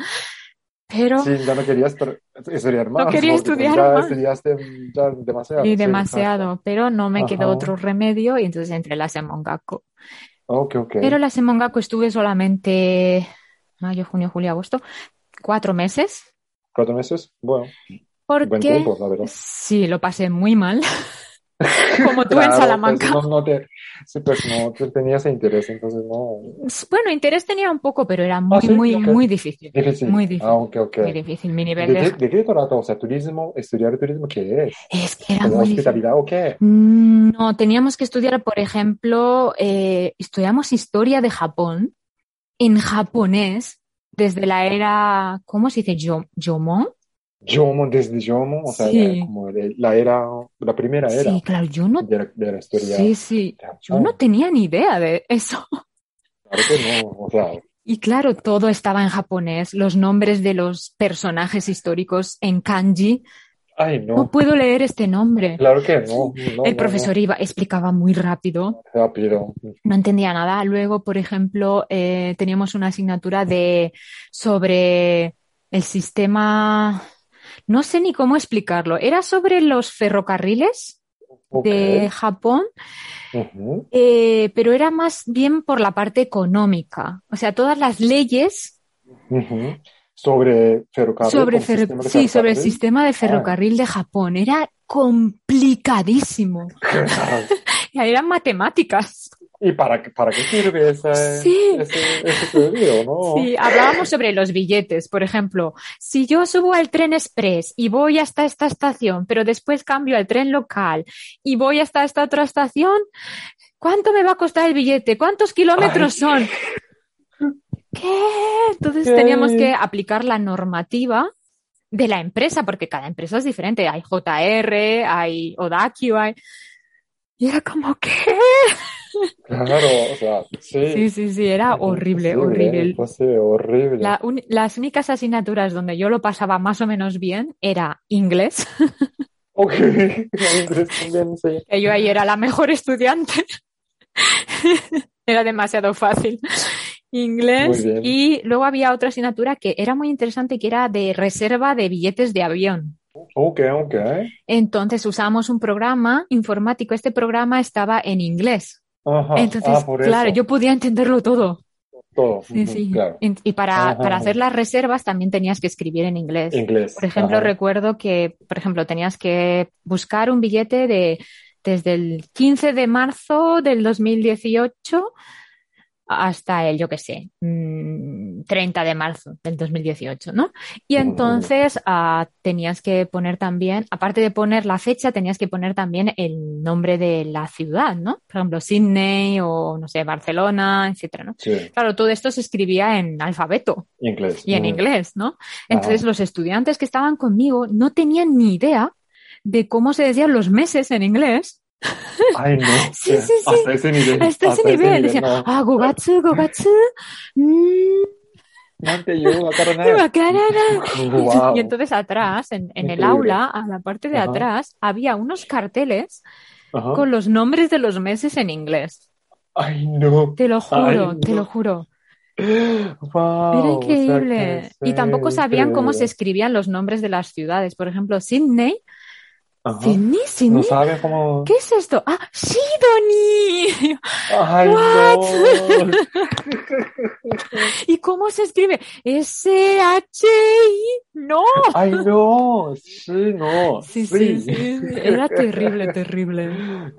A: pero
B: Sí, ya no querías tra- estudiar
A: no
B: más,
A: quería
B: porque como
A: estudiar
B: ya
A: más.
B: estudiaste ya
A: Y
B: demasiado. Sí, exacto.
A: demasiado, pero no me quedó
B: Ajá.
A: otro remedio y entonces entré en la Senmongakko.
B: Ok, ok.
A: Pero la Senmongakko estuve solamente mayo, junio, julio, agosto, cuatro meses,
B: Cuatro meses, bueno, buen
A: porque
B: tiempo, la verdad.
A: sí, lo pasé muy mal, como tú en
B: Claro, pues no,
A: Salamanca.
B: no te, sí, pues no te tenías interés, entonces no.
A: Pues, Bueno, interés tenía un poco, pero era
B: Ah,
A: muy,
B: sí,
A: muy,
B: ok.
A: muy difícil,
B: Difícil.
A: muy
B: Ah,
A: difícil,
B: ok, ok.
A: muy difícil. Mi nivel
B: ¿De
A: de...
B: qué,
A: ja-
B: de qué trata? O sea, turismo, estudiar turismo, ¿qué es?
A: Es que era
B: ¿O
A: Ah, muy difícil.
B: hospitalidad o qué?
A: Mm, No, teníamos que estudiar, por ejemplo, eh, estudiamos historia de Japón en japonés desde la era, ¿cómo se dice? Yo- Yomon.
B: Yomo, desde Yomo, o sea, eh,
A: Sí,
B: como de- la era, la primera era
A: sí, claro, yo no,
B: de la, de la historia
A: sí, sí,
B: de
A: yo no
B: Japón.
A: tenía ni idea de eso.
B: Claro que no, o sea,
A: Y claro, todo estaba en japonés, los nombres de los personajes históricos en kanji.
B: ay,
A: No
B: no,
A: puedo leer este nombre.
B: claro que no,
A: Sí.
B: no,
A: El
B: no,
A: profesor
B: no,
A: iba, explicaba muy rápido,
B: rápido.
A: no entendía nada. Luego, por ejemplo, eh, teníamos una asignatura de sobre el sistema, no sé ni cómo explicarlo. Era sobre los ferrocarriles
B: Ok,
A: de Japón.
B: ujú,
A: Eh, pero era más bien por la parte económica. O sea, todas las leyes
B: ujú. Sobre ferrocarril,
A: sobre,
B: como
A: ferro-
B: sistema de
A: sí, sobre el
B: ferrocarril, Ah.
A: sistema de
B: ay,
A: ferrocarril de Japón era complicadísimo.
B: claro,
A: Eran matemáticas.
B: ¿Y para, qué- para qué sirve ese,
A: Sí.
B: ese, ese pedido, no?
A: Sí, hablábamos sobre los billetes, por ejemplo. Si yo subo al tren express y voy hasta esta estación, pero después cambio al tren local y voy hasta esta otra estación, ¿cuánto me va a costar el billete? ¿Cuántos kilómetros son? ¿Qué? Entonces
B: ¿Qué?
A: teníamos que aplicar la normativa de la empresa, porque cada empresa es diferente. Hay JR, hay Odakyu, hay... Y era como, ¿qué?
B: Claro, o sea, sí.
A: Sí, sí, sí, era horrible,
B: Imposible, ¿eh?
A: horrible.
B: imposible, horrible.
A: La uni- las únicas asignaturas donde yo lo pasaba más o menos bien era inglés,
B: Ok, inglés también, sí.
A: que yo ahí era la mejor estudiante. era demasiado fácil. Inglés.
B: Muy bien.
A: Y luego había otra asignatura que era muy interesante, que era de reserva de billetes de avión.
B: Ok, ok.
A: Entonces usamos un programa informático. Este programa estaba en inglés.
B: Ajá.
A: Entonces,
B: ah, por
A: claro,
B: eso,
A: yo podía entenderlo todo.
B: todo.
A: Sí,
B: Ujú,
A: sí.
B: Claro.
A: En- Y para,
B: Ajá.
A: para hacer las reservas también tenías que escribir en inglés. Pues,
B: Inglés.
A: Por ejemplo,
B: ajá.
A: recuerdo que, por ejemplo, tenías que buscar un billete de desde el 15 de marzo del 2018 hasta el, yo qué sé, mm, 30 de marzo del 2018, ¿no? Y
B: Ujú.
A: entonces ah, tenías que poner también, aparte de poner la fecha, tenías que poner también el nombre de la ciudad, ¿no? Por ejemplo, Sydney o, no sé, Barcelona, etcétera, ¿no?
B: Sí,
A: Claro, todo esto se escribía en alfabeto
B: inglés.
A: y en
B: ujú.
A: inglés, ¿no? Entonces los estudiantes que estaban conmigo no tenían ni idea de cómo se decían los meses en inglés.
B: Ay, no.
A: Sí, sí, sí.
B: Hasta ese nivel.
A: Hasta ese nivel decían,
B: no.
A: ah, gogatsu, gogatsu, mm,
B: Mante yo, a cara nada.
A: bakarara".
B: Guau.
A: Y entonces atrás, en, en el
B: Increíble.
A: aula, a la parte de
B: Ajá. Ah.
A: atrás, había unos carteles
B: Ajá.
A: con los nombres de los meses en inglés.
B: Ay, no.
A: Te lo juro,
B: Ay,
A: te
B: no.
A: lo juro. Era
B: Wow, o sea
A: increíble.
B: que
A: y tampoco
B: sí,
A: sabían cómo se
B: increíble.
A: escribían los nombres de las ciudades. Por ejemplo, Sydney,
B: Ajá.
A: Sydney, Sydney.
B: Ah. No sabe cómo.
A: ¿Qué es esto? ¡Ah, Sidoni!
B: Ay, no.
A: ¿Y cómo se escribe? S-H-I. ¡No!
B: Ay, no. Sí, no.
A: Sí, sí, sí, sí. Era terrible, terrible.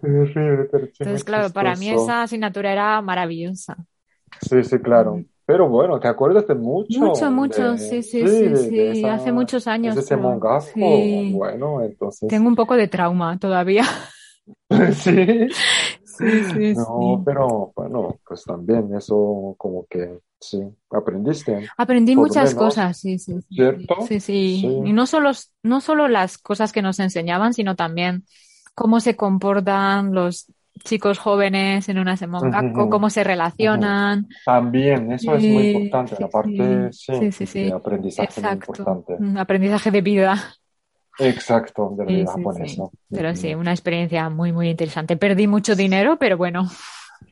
B: Terrible, terrible.
A: Entonces, claro, para mí
B: chistoso.
A: esa asignatura era maravillosa.
B: Sí, sí, claro.
A: Ujú.
B: Pero bueno, ¿te acuerdas de mucho?
A: Mucho, mucho,
B: de-
A: sí, sí,
B: de-
A: sí,
B: de
A: sí.
B: esa-
A: Hace muchos años.
B: ese
A: pero-
B: semongazo.
A: sí.
B: Bueno, entonces.
A: Tengo un poco de trauma todavía.
B: Sí.
A: Sí, sí,
B: No,
A: sí.
B: pero bueno, pues también eso como que sí, aprendiste.
A: Aprendí
B: por lo
A: muchas
B: menos,
A: cosas, sí, sí, sí.
B: ¿cierto?
A: Sí,
B: Sí.
A: sí. Y no solo, no solo las cosas que nos enseñaban, sino también cómo se comportan los chicos jóvenes en una semongaku,
B: Ujú.
A: cómo se relacionan.
B: También, eso es muy
A: Sí,
B: importante,
A: sí,
B: la parte,
A: sí.
B: sí,
A: Sí, sí, sí.
B: de aprendizaje muy
A: Exacto.
B: importante.
A: Un aprendizaje de vida.
B: Exacto, de la
A: Sí,
B: vida
A: sí, sí.
B: japonesa.
A: Pero
B: Ujú.
A: sí, una experiencia muy, muy interesante. Perdí mucho dinero, pero bueno,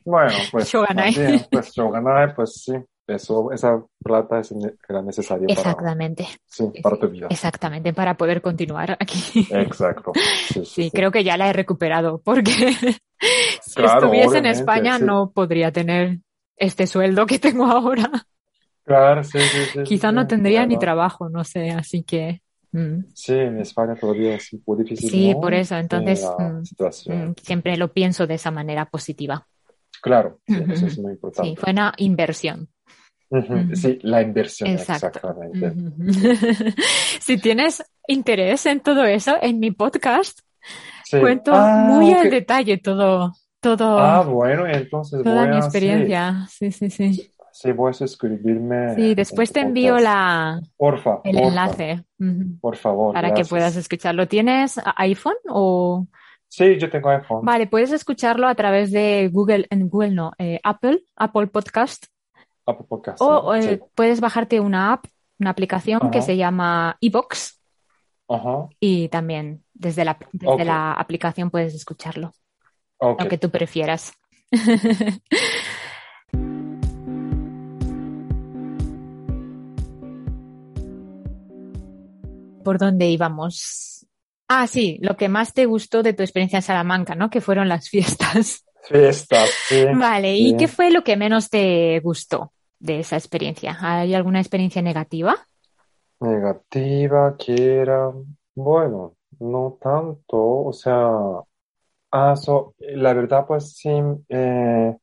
B: Bueno, pues
A: Shogunai.
B: también, pues Shogunai, pues sí, eso, esa plata es ne- era necesaria para,
A: exactamente,
B: sí,
A: Sí,
B: para
A: sí.
B: tu vida.
A: exactamente, para poder continuar aquí.
B: Exacto. Sí, sí,
A: Sí,
B: sí.
A: creo que ya la he recuperado, porque si
B: Claro,
A: estuviese en
B: obviamente,
A: España
B: sí.
A: no podría tener este sueldo que tengo ahora.
B: Claro, sí, sí, sí,
A: Quizá
B: sí,
A: no
B: sí.
A: tendría ni
B: Bueno,
A: trabajo, no sé, así que mm.
B: Sí, en España todavía es un poco difícil,
A: sí,
B: ¿no?
A: por eso. Entonces,
B: Sí, la
A: mm,
B: situación.
A: mm, siempre lo pienso de esa manera positiva.
B: Claro, sí,
A: Ujú,
B: eso es
A: ujú.
B: muy
A: Sí,
B: importante.
A: fue una inversión.
B: Ujú,
A: Ujú.
B: Sí, la inversión,
A: Exacto.
B: exactamente.
A: Ujú. Si tienes interés en todo eso, en mi podcast
B: Sí.
A: cuento
B: Ah,
A: muy al
B: ok.
A: detalle todo, todo.
B: Ah, bueno, entonces
A: Toda
B: voy
A: mi
B: a, sí,
A: experiencia, sí, sí, sí.
B: sí, voy a suscribirme
A: Sí,
B: en
A: después
B: tu
A: te envío
B: podcast.
A: la,
B: Porfa,
A: el
B: porfa,
A: enlace ujú,
B: por favor,
A: para que
B: gracias.
A: puedas escucharlo. ¿Tienes a- iPhone o...?
B: Sí, yo tengo iPhone.
A: Vale, puedes escucharlo a través de Google, en Google no, eh, Apple, Apple Podcast,
B: Apple Podcast,
A: o
B: ¿no?
A: o,
B: Sí.
A: eh, puedes bajarte una app, una aplicación que
B: Ajá.
A: se llama iBox
B: Ajá.
A: y también desde la, desde
B: Ok.
A: la aplicación puedes escucharlo,
B: Ok.
A: lo que tú prefieras. ¿Por dónde íbamos? Ah, sí, lo que más te gustó de tu experiencia en Salamanca, ¿no? Que fueron las fiestas.
B: Fiestas, sí.
A: Vale,
B: sí.
A: ¿y qué fue lo que menos te gustó de esa experiencia? ¿Hay alguna experiencia negativa?
B: Negativa, que era, bueno, no tanto, o sea, ah, so- la verdad, pues sí, eh,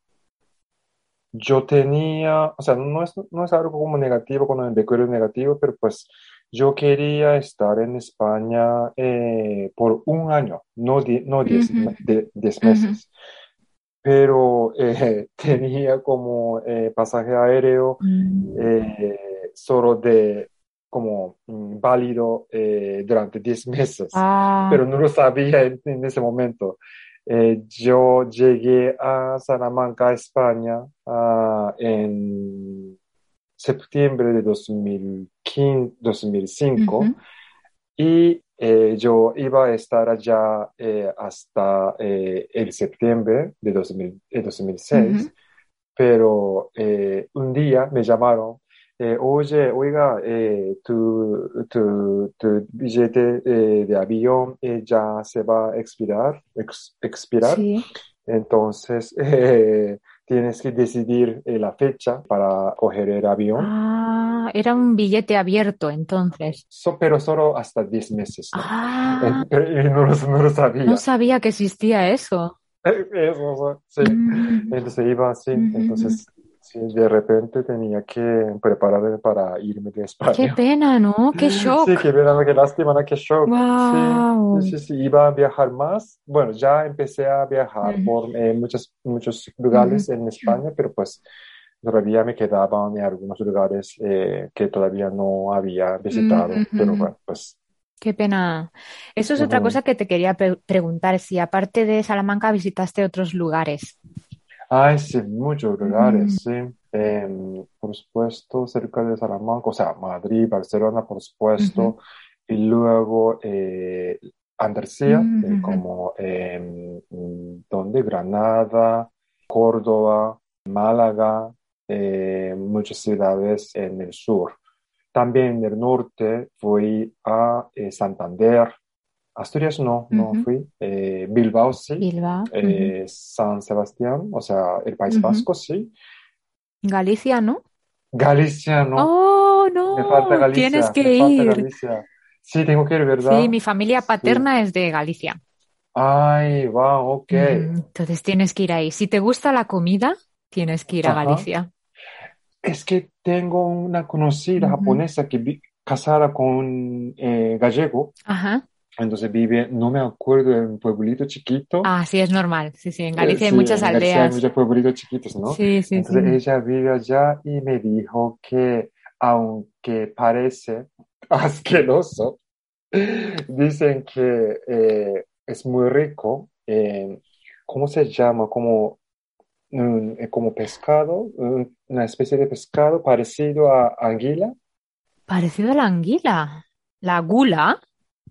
B: yo tenía, o sea, no es, no es algo como negativo, cuando me recuerdo negativo, pero pues yo quería estar en España eh, por un año, no, die- no diez,
C: Ujú.
B: de- diez meses. Pero eh, tenía como eh, pasaje aéreo eh, solo de como mm, válido eh, durante 10 meses,
A: Ah,
B: pero no lo sabía en, en ese momento. Eh, yo llegué a Salamanca, España, ah, en septiembre de 2015, 2005
C: Ujú.
B: y eh, yo iba a estar allá eh, hasta eh, el septiembre de 2000, eh, 2006
C: Ujú.
B: pero eh, un día me llamaron, eh, oye, oiga, eh, tu, tu, tu billete eh, de avión eh, ya se va a expirar, ex- expirar,
A: sí.
B: entonces eh, tienes que decidir eh, la fecha para coger el avión,
A: Ah, era un billete abierto entonces.
B: So- pero solo hasta 10 meses, ¿no?
A: Ah,
B: Eh, pero yo no lo, no lo sabía.
A: no sabía que existía eso.
B: Eso, sí.
A: Mm.
B: Entonces iba así,
A: Ujú.
B: entonces sí, de repente tenía que prepararme para irme de
A: Qué
B: España.
A: pena, ¿no? Qué
B: Sí,
A: shock.
B: qué pena, qué lástima, ¿no? qué shock.
A: Wow.
B: Sí, sí, sí, sí, iba a viajar más. Bueno, ya empecé a viajar
A: Ujú.
B: por eh, muchos, muchos lugares en España, pero pues todavía me quedaban en algunos lugares eh, que todavía no había visitado.
A: Mm, Ujú.
B: Pero bueno, pues
A: Qué pena. Eso es otra
B: Ujú.
A: cosa que te quería pre- preguntar, si aparte de Salamanca visitaste otros lugares.
B: Ay, sí, muchos lugares, sí. Em, por supuesto, cerca de Salamanca, o sea, Madrid, Barcelona, por supuesto.
A: Ujú.
B: Y luego eh, Andalucía, eh,
A: Mm, Ujú.
B: como, em, mm, ¿dónde? Granada, Córdoba, Málaga, eh, muchas ciudades en el sur. También en el norte fui a eh, Santander, Asturias no, no
A: Ujú.
B: fui, Eh, Bilbao sí
A: Bilbao. Ujú.
B: eh, San Sebastián, o sea, el País
A: Ujú.
B: Vasco, sí.
A: Galicia, ¿no?
B: Galicia, no.
A: Oh,
B: Me falta
A: no, tienes
B: Galicia, me
A: que
B: falta
A: ir.
B: Galicia. Sí, tengo que ir, ¿verdad?
A: Sí, mi familia
B: Sí.
A: paterna es de Galicia.
B: Ay, wow, ok.
A: Ujú, Entonces tienes que ir ahí. Si te gusta la comida, tienes que ir a
B: Ajá.
A: Galicia.
B: Es que tengo una conocida
A: Ujú.
B: japonesa que vi- casada con un eh, gallego,
A: Ajá.
B: entonces vive, no me acuerdo, en un pueblito chiquito.
A: Ah, sí, es normal. Sí, sí, en
B: Eh,
A: Galicia hay
B: sí,
A: muchas
B: en Galicia hay
A: aldeas.
B: muchos pueblitos chiquitos, ¿no?
A: Sí, sí, sí.
B: Entonces ella vive allá y me dijo que, aunque parece asqueroso, dicen que eh, es muy rico. eh, ¿cómo se llama? Como, mm, eh, como pescado, mm, una especie de pescado parecido a anguila.
A: Parecido a la anguila. La gula,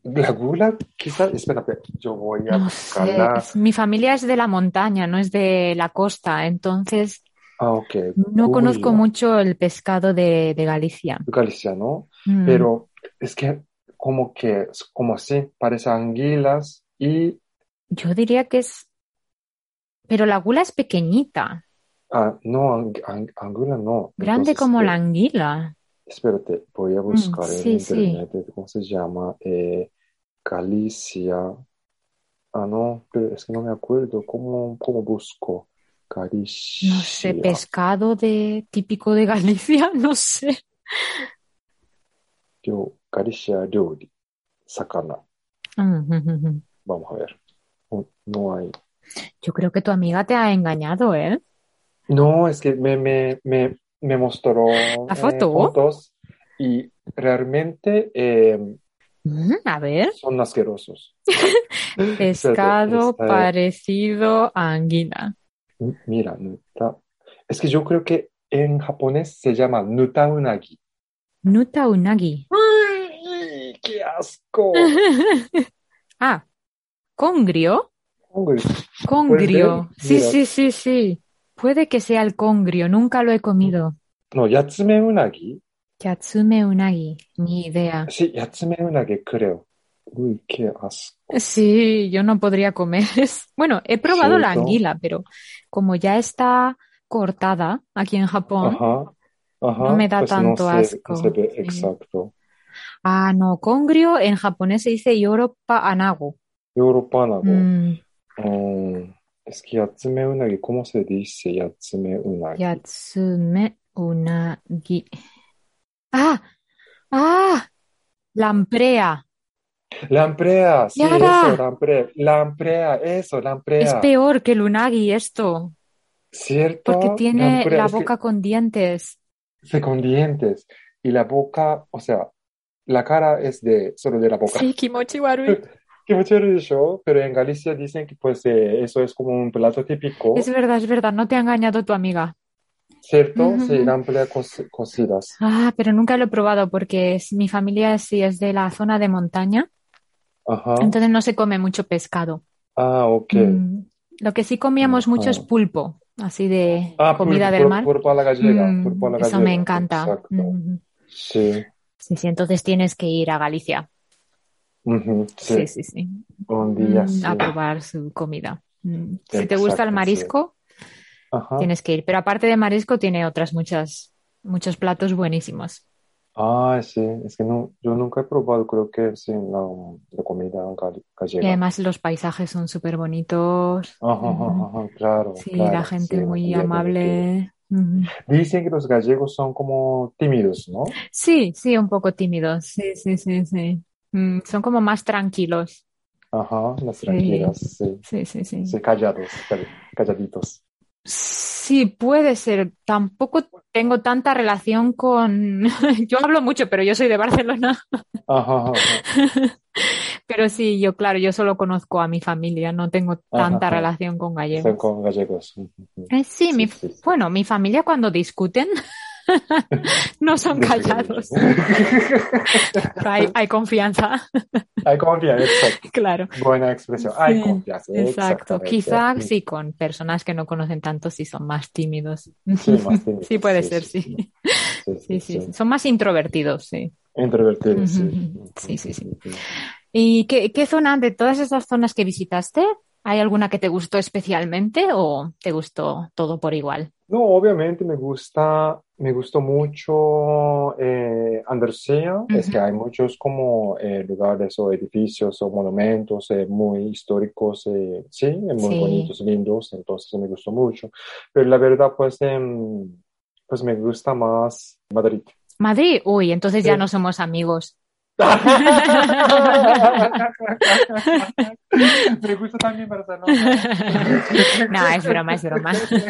B: La gula, quizás, espérate, yo voy a
A: no sé.
B: buscarla.
A: es- Mi familia es de la montaña, no es de la costa. Entonces,
B: Ah, ok,
A: no conozco
B: gula.
A: mucho el pescado de, de Galicia.
B: Galicia, ¿no?
A: Mm,
B: Pero es que como que, como así, parece anguilas y,
A: yo diría que es... Pero la gula es pequeñita,
B: ah, no, ang- ang- anguila no.
A: grande
B: Entonces,
A: como la
B: eh,
A: anguila.
B: espérate, voy a
A: Mm,
B: buscar en
A: sí, sí.
B: internet eh, cómo se llama, eh, Galicia. Ah, no, pero es que no me acuerdo, ¿cómo, cómo busco?
A: No sé,
B: Galicia.
A: pescado de típico de Galicia, no sé.
B: Yo, Galicia Ryori, Sakana.
A: Mm, mm, mm, mm.
B: Vamos a ver. No, no hay.
A: Yo creo que tu amiga te ha engañado, ¿eh?
B: No, es que me, me, me, me mostró
A: La
B: eh,
A: foto.
B: fotos y realmente eh,
A: Mm, a ver,
B: son asquerosos. Espérate,
A: pescado
B: está-
A: parecido a anguila.
B: mira, nuta- es que yo creo que en japonés se llama nuta unagi.
A: Nuta unagi.
B: ¡Uy! ¡Qué asco!
A: Ah, congrio.
B: Hombre, ¿Puedes ver?
A: Congrio. Sí,
B: Mira,
A: sí, sí, sí. Puede que sea el congrio, nunca lo he comido.
B: no, yatsume unagi.
A: Yatsume unagi, ni idea.
B: Sí, yatsume unagi, creo. Uy, qué asco.
A: Sí, yo no podría comer. es- Bueno, he probado la
B: ¿Cierto?
A: anguila, pero como ya está cortada aquí en Japón,
B: Ajá,
A: no
B: ajá,
A: me da
B: pues no
A: tanto
B: sé, no se
A: asco.
B: ve
A: Sí.
B: exacto.
A: Ah, no, congrio
B: Oh,
A: en japonés se dice Europa anago.
B: Europánago.
A: Mm,
B: Mm, Es que Yatsume Unagi, ¿cómo se dice Yatsume Unagi?
A: Yatsume Unagi. ¡Ah! ¡Ah! Lamprea.
B: Lamprea, sí,
A: Yara.
B: eso, lamprea, lamprea, eso,
A: Es
B: lamprea.
A: peor que el unagi esto,
B: ¿Cierto?
A: porque tiene
B: Ah, Lamprea,
A: la
B: es que-
A: boca con dientes.
B: Sí, con dientes. Y la boca, o sea, la cara es de solo de la boca.
A: Sí, kimochi warui.
B: Qué mucho show, pero en Galicia dicen que pues eh, eso es como un plato típico,
A: Es verdad, es verdad, no te ha engañado tu amiga.
B: ¿cierto?
A: Ujú.
B: Sí, lamprea cos- cocidas.
A: Ah, pero nunca lo he probado porque es- mi familia sí es de la zona de montaña,
B: Ajá.
A: entonces no se come mucho pescado.
B: Ah, ok.
A: Mm, Lo que sí comíamos mucho es
B: Ajá.
A: pulpo, así de
B: Ah,
A: comida
B: pulpo-
A: del
B: pul-
A: mar.
B: pulpo a la gallega,
A: Mm,
B: pulpo a la
A: eso me
B: gallega,
A: encanta.
B: exacto.
A: Mm,
B: Sí,
A: Sí, sí, entonces tienes que ir a Galicia.
B: ujú, sí,
A: Sí, sí, sí.
B: un día
A: Mm,
B: sí.
A: a probar su comida. Mm, Si te
B: Exacto,
A: gusta el
B: sí.
A: marisco,
B: Ajá.
A: tienes que ir. Pero aparte de marisco, tiene otras muchas, muchos platos buenísimos.
B: Ah, sí, es que no, yo nunca he probado, creo que sí, la, la comida gal-
A: Y
B: gallega.
A: además los paisajes son súper bonitos.
B: Ajá, ajá,
A: Ujú.
B: ajá, claro,
A: Sí,
B: claro,
A: la gente
B: sí,
A: muy
B: un día tengo que ir.
A: amable. Ujú.
B: Dicen que los gallegos son como tímidos, ¿no?
A: Sí, sí, un poco tímidos. Sí, sí, sí, sí. Mm, son como más tranquilos.
B: Ajá, las
A: Sí.
B: tranquilas, sí,
A: Sí, sí, sí.
B: sí, callados, call- calladitos.
A: Sí, puede ser. Tampoco tengo tanta relación con... Yo hablo mucho, pero yo soy de Barcelona.
B: Ajá, ajá, ajá.
A: Pero sí, yo, claro, yo solo conozco a mi familia, no tengo tanta
B: ajá.
A: relación con
B: Son
A: gallegos.
B: con gallegos. ujú, ujú.
A: Eh, sí, mi,
B: Sí, sí, sí.
A: bueno, mi familia cuando discuten no son callados. Pero hay, hay confianza,
B: Hay confianza, exacto.
A: claro.
B: Buena expresión. Hay
A: Sí,
B: confianza,
A: Exacto.
B: exactamente. Mm.
A: Quizá sí con personas que no conocen tanto, sí son más tímidos.
B: Sí, más tímidos,
A: Sí, puede
B: sí,
A: ser,
B: sí,
A: sí.
B: Sí,
A: Sí,
B: sí,
A: sí, sí.
B: sí.
A: Son más introvertidos, sí.
B: Introvertido, sí.
A: Ujú, sí, sí, sí.
B: Ujú.
A: ¿Y qué, qué zona de todas esas zonas que visitaste? ¿Hay alguna que te gustó especialmente o te gustó todo por igual?
B: No, obviamente me gusta, me gustó mucho eh, Andalucía. Es que hay muchos como eh, lugares o edificios o monumentos eh, muy históricos, eh, sí, eh, muy
A: Sí.
B: bonitos, lindos. Entonces me gustó mucho. Pero la verdad, pues, em, pues me gusta más Madrid.
A: Madrid, uy, entonces ya
B: Sí.
A: no somos amigos.
B: Me gusta también Barcelona.
A: No, es broma, es broma. Este.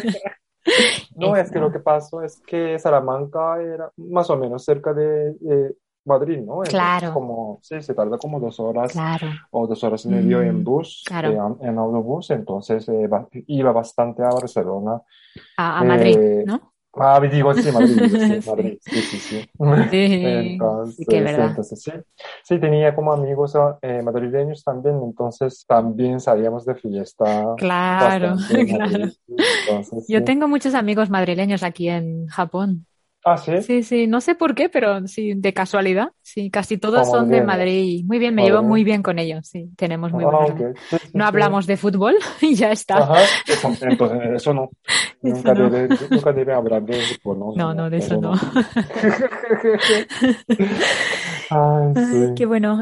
B: No,
A: Es
B: es que lo que pasó es que Salamanca era más o menos cerca de eh, Madrid, ¿no? Entonces,
A: Claro.
B: como, sí, se tarda como dos horas
A: Claro.
B: o dos horas y medio en
A: Mm,
B: bus,
A: claro.
B: eh, en autobús, entonces eh, va- iba bastante a Barcelona.
A: A, a Madrid,
B: Eh,
A: ¿no?
B: Ah, digo, sí, Madrid, digo, sí,
A: Sí.
B: Madrid, sí, sí,
A: Sí,
B: sí.
A: sí que es
B: Entonces,
A: verdad.
B: entonces sí. Sí, tenía como amigos eh, madrileños también, entonces también salíamos de fiesta
A: Claro,
B: bastante en
A: claro.
B: Madrid. Entonces,
A: Yo
B: sí.
A: tengo muchos amigos madrileños aquí en Japón.
B: Ah, sí,
A: Sí, sí, no sé por qué, pero sí, de casualidad. Sí, casi todos
B: Como
A: son de
B: madrileños.
A: Madrid. Muy bien, me
B: Madre
A: llevo
B: mía.
A: muy bien con ellos. Sí, tenemos muy buena
B: Ah,
A: relación.
B: ok. Ah, Sí, sí,
A: No
B: sí.
A: hablamos de fútbol y ya está.
B: Ajá, eso, entonces, eso no.
A: Eso
B: Nunca
A: no.
B: debe, nunca debe hablar de eso, pues, no,
A: No, no, de eso
B: eso
A: no.
B: no. Ay,
A: Ay, qué
B: sí.
A: bueno.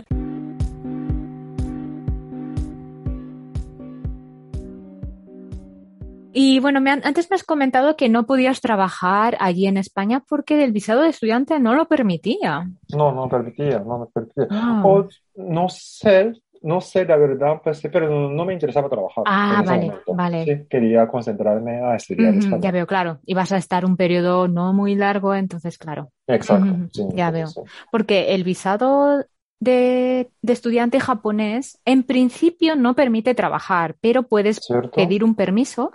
A: Y bueno, me han- antes me has comentado que no podías trabajar allí en España porque el visado de estudiante no lo permitía.
B: No, no permitía, no me permitía.
A: Ah,
B: O, no sé, no sé la verdad, pues, sí, pero no, no me interesaba trabajar en
A: Ah,
B: ese
A: vale,
B: momento.
A: vale.
B: Sí, quería concentrarme a estudiar
A: Ujú, ya
B: español.
A: veo, claro. Y vas a estar un periodo no muy largo, entonces, claro.
B: Exacto,
A: Ujú,
B: sí,
A: ya
B: entonces, sí.
A: Porque el visado de, de estudiante japonés, en principio, no permite trabajar, pero puedes
B: ¿Cierto?
A: pedir un permiso.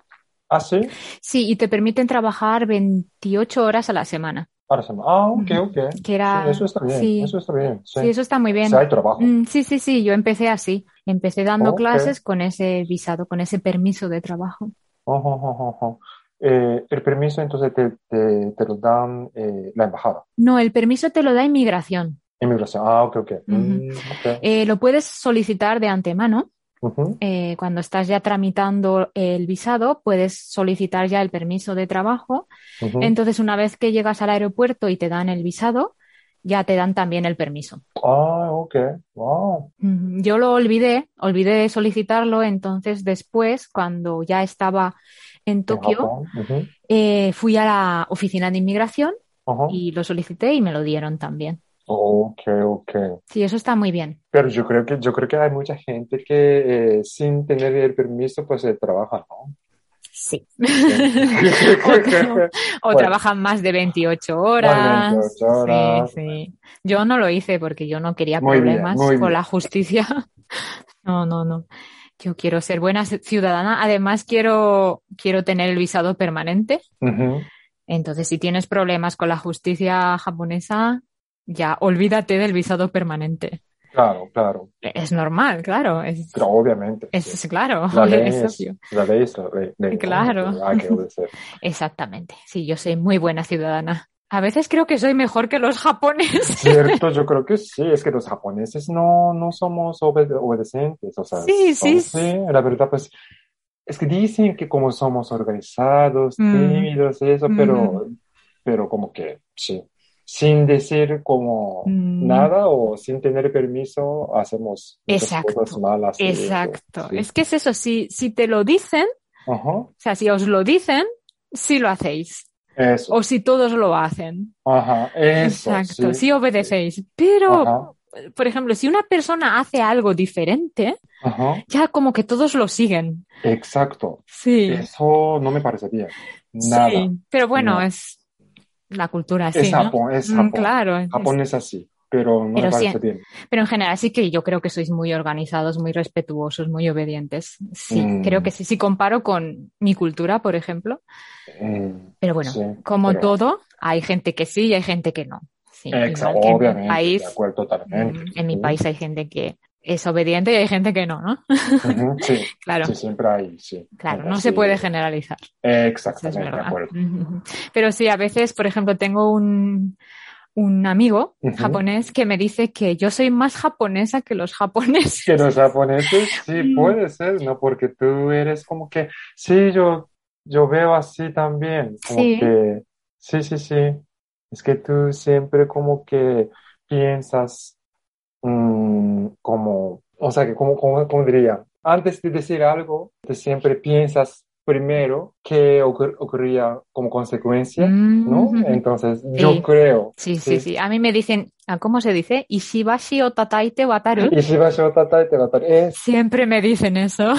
B: Ah, sí,
A: Sí, y te permiten trabajar 28 horas a la semana.
B: ahora se me- Ah, ok,
A: Ujú.
B: ok.
A: Que
B: Sí, eso
A: era,
B: está bien,
A: sí.
B: eso está bien, sí.
A: Sí, eso está muy
B: O
A: bien.
B: sea, hay trabajo.
A: Mm, sí, sí, sí, yo empecé así. Empecé dando
B: Ok.
A: clases con ese visado, con ese permiso de trabajo.
B: Ojo, ojo, ojo. Eh, el permiso entonces te, te, te lo dan eh, la embajada,
A: No, el permiso te lo da inmigración.
B: inmigración. Ah, ok, ok.
A: Ujú.
B: Mm, ok.
A: Eh, lo puedes solicitar de antemano.
B: Ujú.
A: Eh, cuando estás ya tramitando el visado, puedes solicitar ya el permiso de trabajo.
B: Ujú.
A: Entonces, una vez que llegas al aeropuerto y te dan el visado, ya te dan también el permiso.
B: Ah, ok. Wow.
A: Ujú. yo lo olvidé, olvidé de solicitarlo, entonces después, cuando ya estaba en Tokio,
B: Japón, ujú,
A: eh, fui a la oficina de inmigración
B: ajá.
A: y lo solicité y me lo dieron también.
B: Ok, ok.
A: Sí, eso está muy bien.
B: Pero yo creo que, yo creo que hay mucha gente que eh, sin tener el permiso, pues eh, trabaja, ¿no?
A: Sí.
B: Bueno,
A: O
B: Bueno.
A: trabajan más de 28 horas.
B: 28 horas.
A: Sí, sí. Yo no lo hice porque yo no quería
B: Muy bien,
A: problemas
B: muy bien.
A: con la justicia. No, no, no. Yo quiero ser buena ciudadana. Además, quiero, quiero tener el visado permanente.
B: ujú.
A: Entonces, si tienes problemas con la justicia japonesa, ya olvídate del visado permanente.
B: Claro, claro.
A: Es normal, claro. Es,
B: Pero obviamente. sí.
A: es claro.
B: La ley
A: es
B: es
A: obvio.
B: la ley. Es la ley, ley, ¿no?
A: Claro.
B: Hay que obedecer.
A: Exactamente. Sí, yo soy muy buena ciudadana. A veces creo que soy mejor que los japoneses.
B: Cierto, yo creo que sí, es que los japoneses no, no somos obede- obedecientes, o sea,
A: Sí, sí,
B: son-
A: sí.
B: la verdad, pues, es que dicen que como somos organizados,
A: Mm.
B: tímidos y eso, pero, pero como que, sí, sin decir como
A: Mm.
B: nada o sin tener permiso, hacemos muchas
A: Exacto,
B: cosas malas. y eso,
A: Exacto.
B: sí.
A: Es que es eso, si, si te lo dicen,
B: Ajá,
A: o sea, si os lo dicen, sí lo hacéis.
B: eso,
A: O si todos lo hacen.
B: ajá, eso,
A: Exacto, sí,
B: sí,
A: obedecéis. Pero,
B: ajá,
A: por ejemplo, si una persona hace algo diferente,
B: ajá,
A: ya como que todos lo siguen.
B: exacto,
A: Sí.
B: eso no me parece bien, nada.
A: Sí. Pero bueno,
B: Nada.
A: es la cultura así.
B: Es
A: ¿no?
B: Japón, es
A: Mm,
B: Japón.
A: Claro. es-
B: Japón es así, pero no
A: Pero
B: me
A: sí.
B: parece bien.
A: Pero en general sí que yo creo que sois muy organizados, muy respetuosos, muy obedientes. Sí,
B: Mm.
A: creo que sí. Si comparo con mi cultura, por ejemplo,
B: Mm,
A: Pero bueno, e
B: Sí,
A: como
B: pero-
A: todo, hay gente que sí y hay gente que no. Sí,
B: exa-
A: igual que en mi
B: obviamente,
A: país,
B: de acuerdo, totalmente.
A: mm, en mi
B: Sí.
A: país hay gente que es obediente y hay gente que no, ¿no?
B: Ujú, Sí,
A: Claro,
B: sí, siempre hay, sí.
A: claro,
B: Siempre
A: no
B: hay,
A: se
B: sí.
A: puede generalizar. Eso es
B: Exactamente, de
A: verdad.
B: acuerdo.
A: Ujú. Pero sí, a veces, por ejemplo, tengo un, un amigo
B: Ujú.
A: japonés que me dice que yo soy más japonesa que los japoneses.
B: Que los japoneses sí
A: Mm.
B: puede ser, ¿no? Porque tú eres como que, sí, yo, yo veo así también, como
A: Sí.
B: que, sí, sí, sí. Es que tú siempre como que piensas mm, como, o sea, que como, como, como diría, antes de decir algo, tú siempre piensas primero qué ocur- ocurría como consecuencia, ¿no?
A: Mm.
B: Entonces,
A: Sí.
B: yo creo.
A: Sí, sí, sí. A mí me dicen, ¿a ¿cómo se dice? Ishibashi o tataite wataru.
B: Y si vas a tratar, te va a tratar. Es
A: Siempre me dicen eso.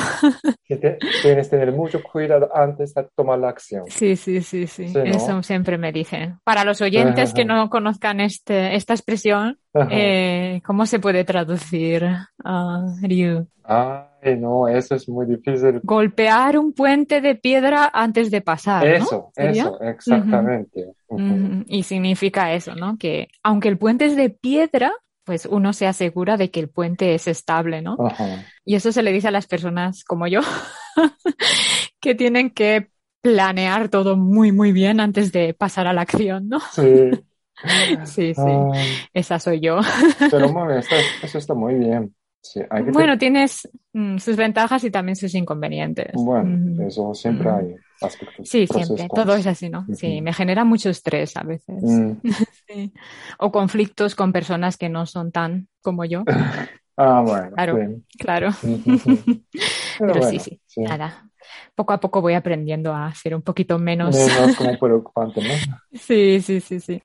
B: que te- tienes que tener mucho cuidado antes de tomar la acción.
A: Sí, sí, sí, sí.
B: Sí, ¿no?
A: Eso siempre me dicen. Para los oyentes que no conozcan este, esta expresión,
B: Ajá.
A: eh, ¿cómo se puede traducir, ah, Ryu?
B: Ay, no, eso es muy difícil.
A: Golpear un puente de piedra antes de pasar, ¿no?
B: Eso,
A: ¿Sería?
B: eso, exactamente. Ujú.
A: Ujú. Y significa eso, ¿no? Que aunque el puente es de piedra, pues uno se asegura de que el puente es estable, ¿no?
B: Ajá.
A: Y eso se le dice a las personas como yo, que tienen que planear todo muy, muy bien antes de pasar a la acción, ¿no?
B: Sí.
A: Sí, sí,
B: Ay.
A: esa soy yo.
B: Pero bueno, está- eso está muy bien. Sí, hay que
A: Bueno, tienes mm, sus ventajas y también sus inconvenientes.
B: tener- bueno,
A: Mm.
B: eso siempre
A: Mm.
B: hay aspectos.
A: Sí,
B: pros y
A: siempre.
B: cons.
A: Todo es así, ¿no? Sí,
B: Ujú.
A: me genera mucho estrés a veces.
B: Mm.
A: Sí. O conflictos con personas que no son tan como yo.
B: Ah, bueno,
A: Claro.
B: sí.
A: Claro,
B: Ujú. Pero
A: pero sí,
B: bueno,
A: sí. Nada. Poco a poco voy aprendiendo a ser un poquito menos.
B: Menos como preocupante, ¿no?
A: Sí, sí, sí, sí.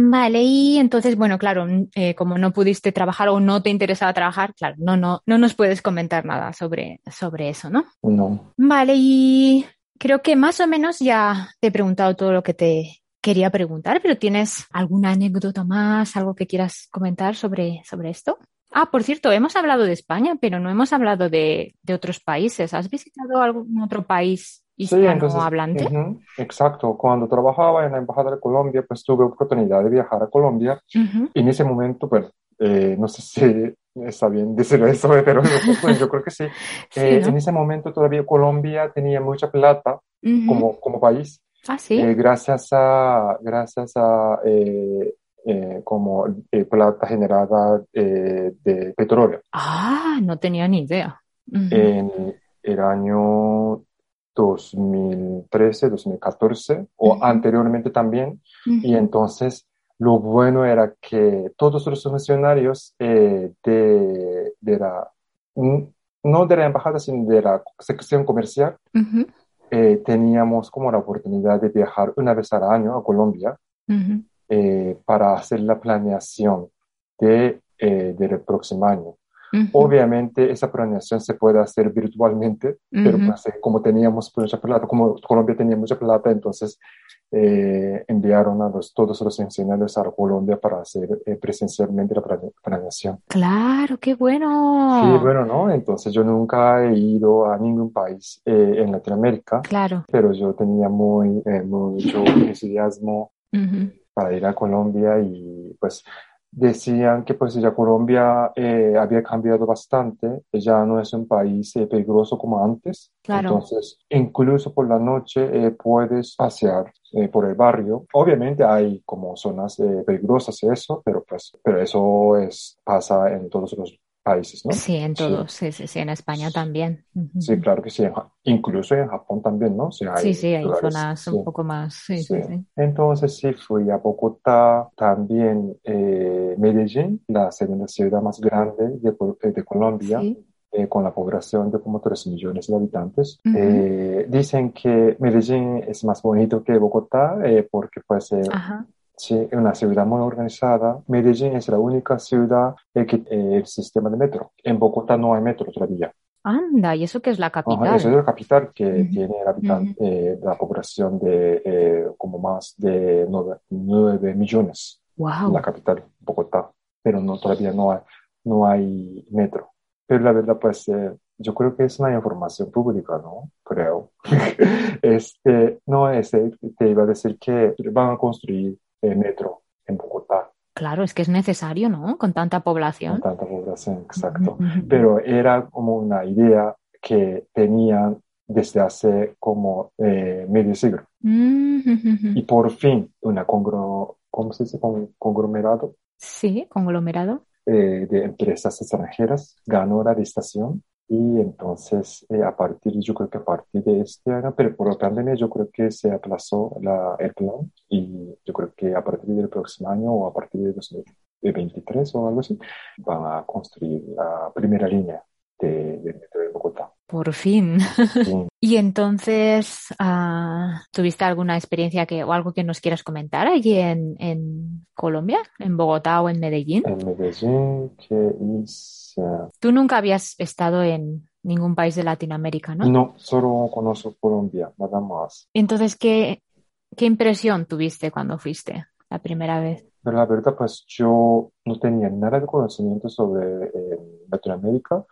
A: Vale, y entonces, bueno, claro, mm, eh, como no pudiste trabajar o no te interesaba trabajar, claro, no, no, no nos puedes comentar nada sobre, sobre eso, ¿no?
B: No.
A: Vale, y creo que más o menos ya te he preguntado todo lo que te quería preguntar, pero ¿tienes alguna anécdota más, algo que quieras comentar sobre, sobre esto? Ah, por cierto, hemos hablado de España, pero no hemos hablado de, de otros países. ¿Has visitado algún otro país
B: Sí,
A: hispanohablante?
B: ujú, exacto. Cuando trabajaba en la Embajada de Colombia, pues tuve oportunidad de viajar a Colombia.
A: Ujú.
B: En ese momento, pues, eh, no sé si está bien decir eso, pero pues, yo creo que sí.
A: Sí,
B: Eh,
A: ¿no?
B: En ese momento todavía Colombia tenía mucha plata
A: Ujú.
B: como, como país.
A: Ah, sí.
B: Eh, gracias a, gracias a eh, eh, como eh, plata generada eh, de petróleo eh,
A: Ah, no tenía ni idea. Ujú.
B: en el año 2013, 2014 o
C: Ujú.
B: anteriormente también. Y entonces lo bueno era que todos los funcionarios eh, de, de la, n- no de la embajada, sino de la sección comercial,
C: Ujú,
B: eh, teníamos como la oportunidad de viajar una vez al año a Colombia
C: ujú.
B: eh, para hacer la planeación de, eh, del próximo año.
C: Ujú,
B: Obviamente esa planeación se puede hacer virtualmente, pero
C: ujú.
B: pues, eh, como teníamos mucha plata, como Colombia tenía mucha plata, entonces eh, enviaron a los, todos los funcionarios a Colombia para hacer eh, presencialmente la plane- planeación.
A: Claro, qué
B: Sí,
A: bueno.
B: bueno, ¿no? Entonces yo nunca he ido a ningún país eh, en Latinoamérica,
A: Claro.
B: pero yo tenía muy, eh, mucho entusiasmo
A: Ujú.
B: para ir a Colombia y pues decían que pues ya Colombia eh, había cambiado bastante, ya no es un país eh, peligroso como antes,
A: Claro.
B: entonces incluso por la noche eh, puedes pasear eh, por el barrio. Obviamente hay como zonas eh, peligrosas y eso, pero pues pero eso es pasa en todos los países, ¿no?
A: Sí, en
B: Sí.
A: todos. Sí, sí, sí, en España también. Ujú.
B: Sí, claro que sí, en Ja- incluso en Japón también, ¿no? Sí, hay
A: Sí, sí, hay
B: lugares,
A: zonas
B: sí.
A: un poco más. Sí,
B: Sí.
A: sí, sí.
B: Entonces sí fui a Bogotá, también eh, Medellín, la segunda ciudad más grande de, Col- eh, de Colombia,
A: Sí.
B: eh, con la población de como 3 millones de habitantes.
A: Ujú.
B: Eh, dicen que Medellín es más bonito que Bogotá eh, porque pues eh,
A: Ajá.
B: sí, es una ciudad muy organizada. Medellín es la única ciudad eh, que eh, el sistema de metro. En Bogotá no hay metro todavía.
A: Anda, y eso que es la
B: Ajá, eso
A: capital.
B: es la capital que
C: Ujú.
B: tiene el habitan- eh, la población de eh, como más de 9, millones, la
A: Wow.
B: capital, Bogotá, pero no, todavía no hay, no hay metro. Pero la verdad, pues eh, yo creo que es una información pública, ¿no? Creo. Este, no, este, te iba a decir que van a construir eh, metro en Bogotá,
A: Claro, es que es necesario, ¿no? Con tanta
B: con
A: población.
B: tanta población, exacto
A: Ujú.
B: pero era como una idea que tenían desde hace como eh, medio siglo.
A: Ujú.
B: Y por fin, una congro, ¿cómo se dice? Con- conglomerado
A: Sí, conglomerado.
B: eh, de empresas extranjeras ganó la licitación. Y entonces, eh, a partir, yo creo que a partir de este año, pero por la pandemia, yo creo que se aplazó la, el plan. Y yo creo que a partir del próximo año o a partir de 2023 o algo así, van a construir la primera línea de, de metro de Bogotá.
A: Por fin.
B: Sí.
A: Y entonces, ah, ¿tuviste alguna experiencia que, o algo que nos quieras comentar allí en, en Colombia, en Bogotá o en Medellín?
B: En Medellín, que hice...
A: Tú nunca habías estado en ningún país de Latinoamérica, ¿no?
B: No, solo conozco Colombia, nada más.
A: Entonces, ¿qué, qué impresión tuviste cuando fuiste la primera vez?
B: Pero la verdad, pues yo no tenía nada de conocimiento sobre eh, Latinoamérica.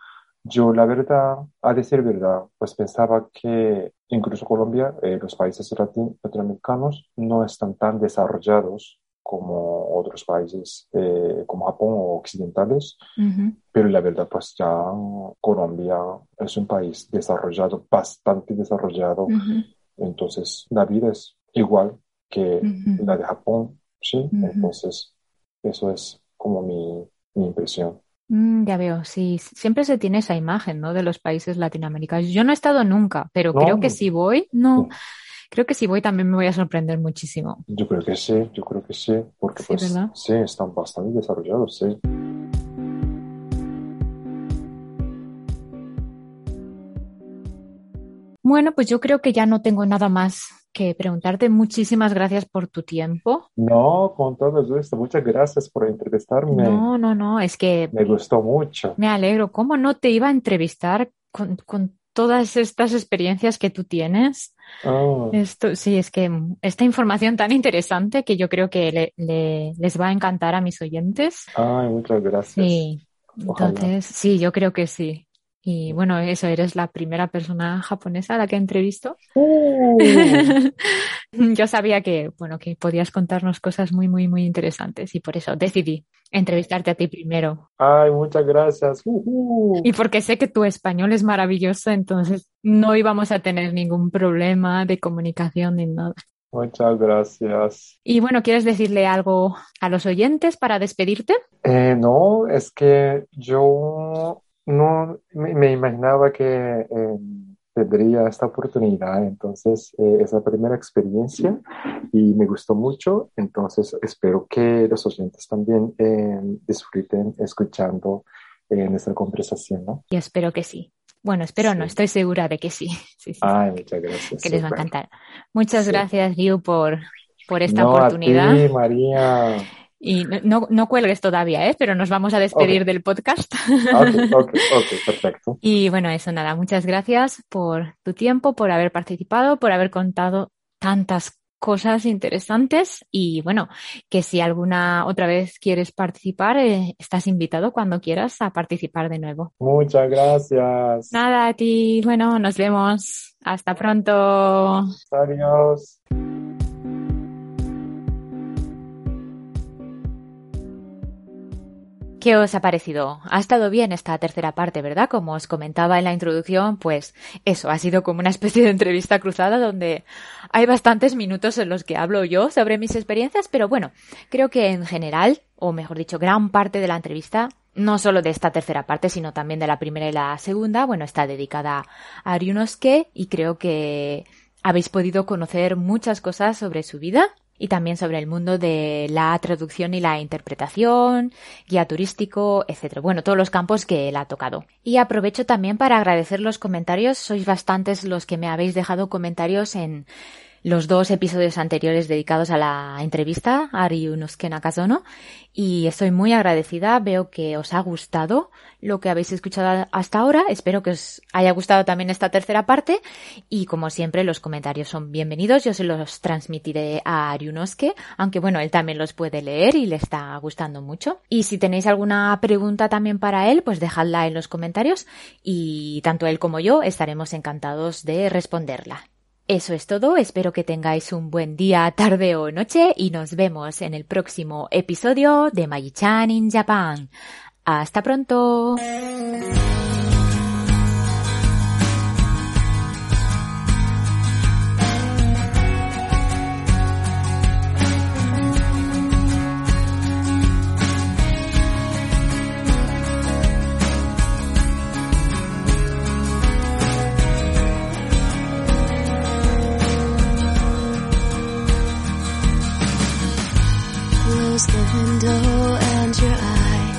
B: Yo, la verdad, a decir verdad, pues pensaba que incluso Colombia, eh, los países latin- latinoamericanos no están tan desarrollados como otros países eh, como Japón o occidentales.
A: Ujú.
B: Pero la verdad, pues ya Colombia es un país desarrollado, bastante desarrollado.
C: Ujú.
B: Entonces, la vida es igual que
C: Ujú.
B: la de Japón, ¿sí?
A: Ujú.
B: Entonces, eso es como mi, mi impresión.
A: Mm, ya veo, sí, siempre se tiene esa imagen, ¿no? De los países latinoamericanos. Yo no he estado nunca, pero
B: No,
A: creo que si voy, no,
B: no,
A: creo que si voy también me voy a sorprender muchísimo.
B: yo creo que sí, yo creo que sí, porque
A: Sí,
B: pues
A: ¿verdad?
B: sí, están bastante desarrollados, sí.
A: Bueno, pues yo creo que ya no tengo nada más que preguntarte. Muchísimas gracias por tu tiempo.
B: No, con todo esto, muchas gracias por entrevistarme.
A: No, no, no, es que
B: Me gustó mucho.
A: me alegro. ¿Cómo no te iba a entrevistar con, con todas estas experiencias que tú tienes?
B: Ah,
A: Esto, sí, es que mm, esta información tan interesante que yo creo que le- le- les va a encantar a mis oyentes.
B: ay, muchas gracias.
A: Sí,
B: Ojalá.
A: entonces, sí, yo creo que sí. Y bueno, eso, eres la primera persona japonesa a la que entrevisto.
B: Uh.
A: Yo sabía que, bueno, que podías contarnos cosas muy, muy, muy interesantes y por eso decidí entrevistarte a ti primero.
B: Ay, muchas gracias. Uh, Ujú.
A: Y porque sé que tu español es maravilloso, entonces no íbamos a tener ningún problema de comunicación ni nada.
B: Muchas gracias.
A: Y bueno, ¿quieres decirle algo a los oyentes para despedirte?
B: Eh, no, es que yo no me, me imaginaba que eh, tendría esta oportunidad. Entonces, eh, es la primera experiencia y me gustó mucho. Entonces, espero que los oyentes también eh, disfruten escuchando eh, nuestra conversación. ¿no?
D: Yo espero que sí. Bueno, espero
B: Sí.
D: no, estoy segura de que sí. Sí, sí,
B: Ay, muchas gracias.
D: que les va a
B: súper.
D: encantar. Muchas
B: Sí.
D: gracias, Liu, por, por esta
B: no,
D: oportunidad.
B: A ti, María.
D: Y no- no, no cuelgues todavía, ¿eh? pero nos vamos a despedir del podcast.
B: Ok, ok, ok, perfecto.
D: Y bueno, eso nada, muchas gracias por tu tiempo, por haber participado, por haber contado tantas cosas interesantes y bueno, que si alguna otra vez quieres participar, eh, estás invitado cuando quieras a participar de nuevo.
B: Muchas gracias.
D: Nada, a ti, bueno, nos vemos. Hasta pronto.
B: Adiós.
A: ¿Qué os ha parecido? Ha estado bien esta tercera parte, ¿verdad? Como os comentaba en la introducción, pues eso, ha sido como una especie de entrevista cruzada donde hay bastantes minutos en los que hablo yo sobre mis experiencias, pero bueno, creo que en general, o mejor dicho, gran parte de la entrevista, no solo de esta tercera parte, sino también de la primera y la segunda, bueno, está dedicada a Ryunosuke y creo que habéis podido conocer muchas cosas sobre su vida y también sobre el mundo de la traducción y la interpretación, guía turístico, etcétera. Bueno, todos los campos que él ha tocado. Y aprovecho también para agradecer los comentarios. Sois bastantes los que me habéis dejado comentarios en los dos episodios anteriores dedicados a la entrevista a Ryunosuke Nakazono y estoy muy agradecida. Veo que os ha gustado lo que habéis escuchado hasta ahora. Espero que os haya gustado también esta tercera parte y como siempre los comentarios son bienvenidos. Yo se los transmitiré a Ariunoske, aunque bueno, él también los puede leer y le está gustando mucho. Y si tenéis alguna pregunta también para él, pues dejadla en los comentarios y tanto él como yo estaremos encantados de responderla. Eso es todo, espero que tengáis un buen día, tarde o noche y nos vemos en el próximo episodio de Maji-chan in Japan. Hasta pronto.
E: Close the window and your eye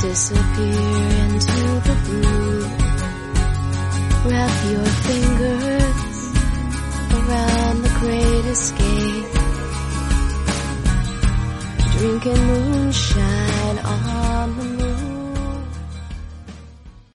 E: disappear into the blue. Wrap your fingers around the great escape. Drinking moonshine on the moon.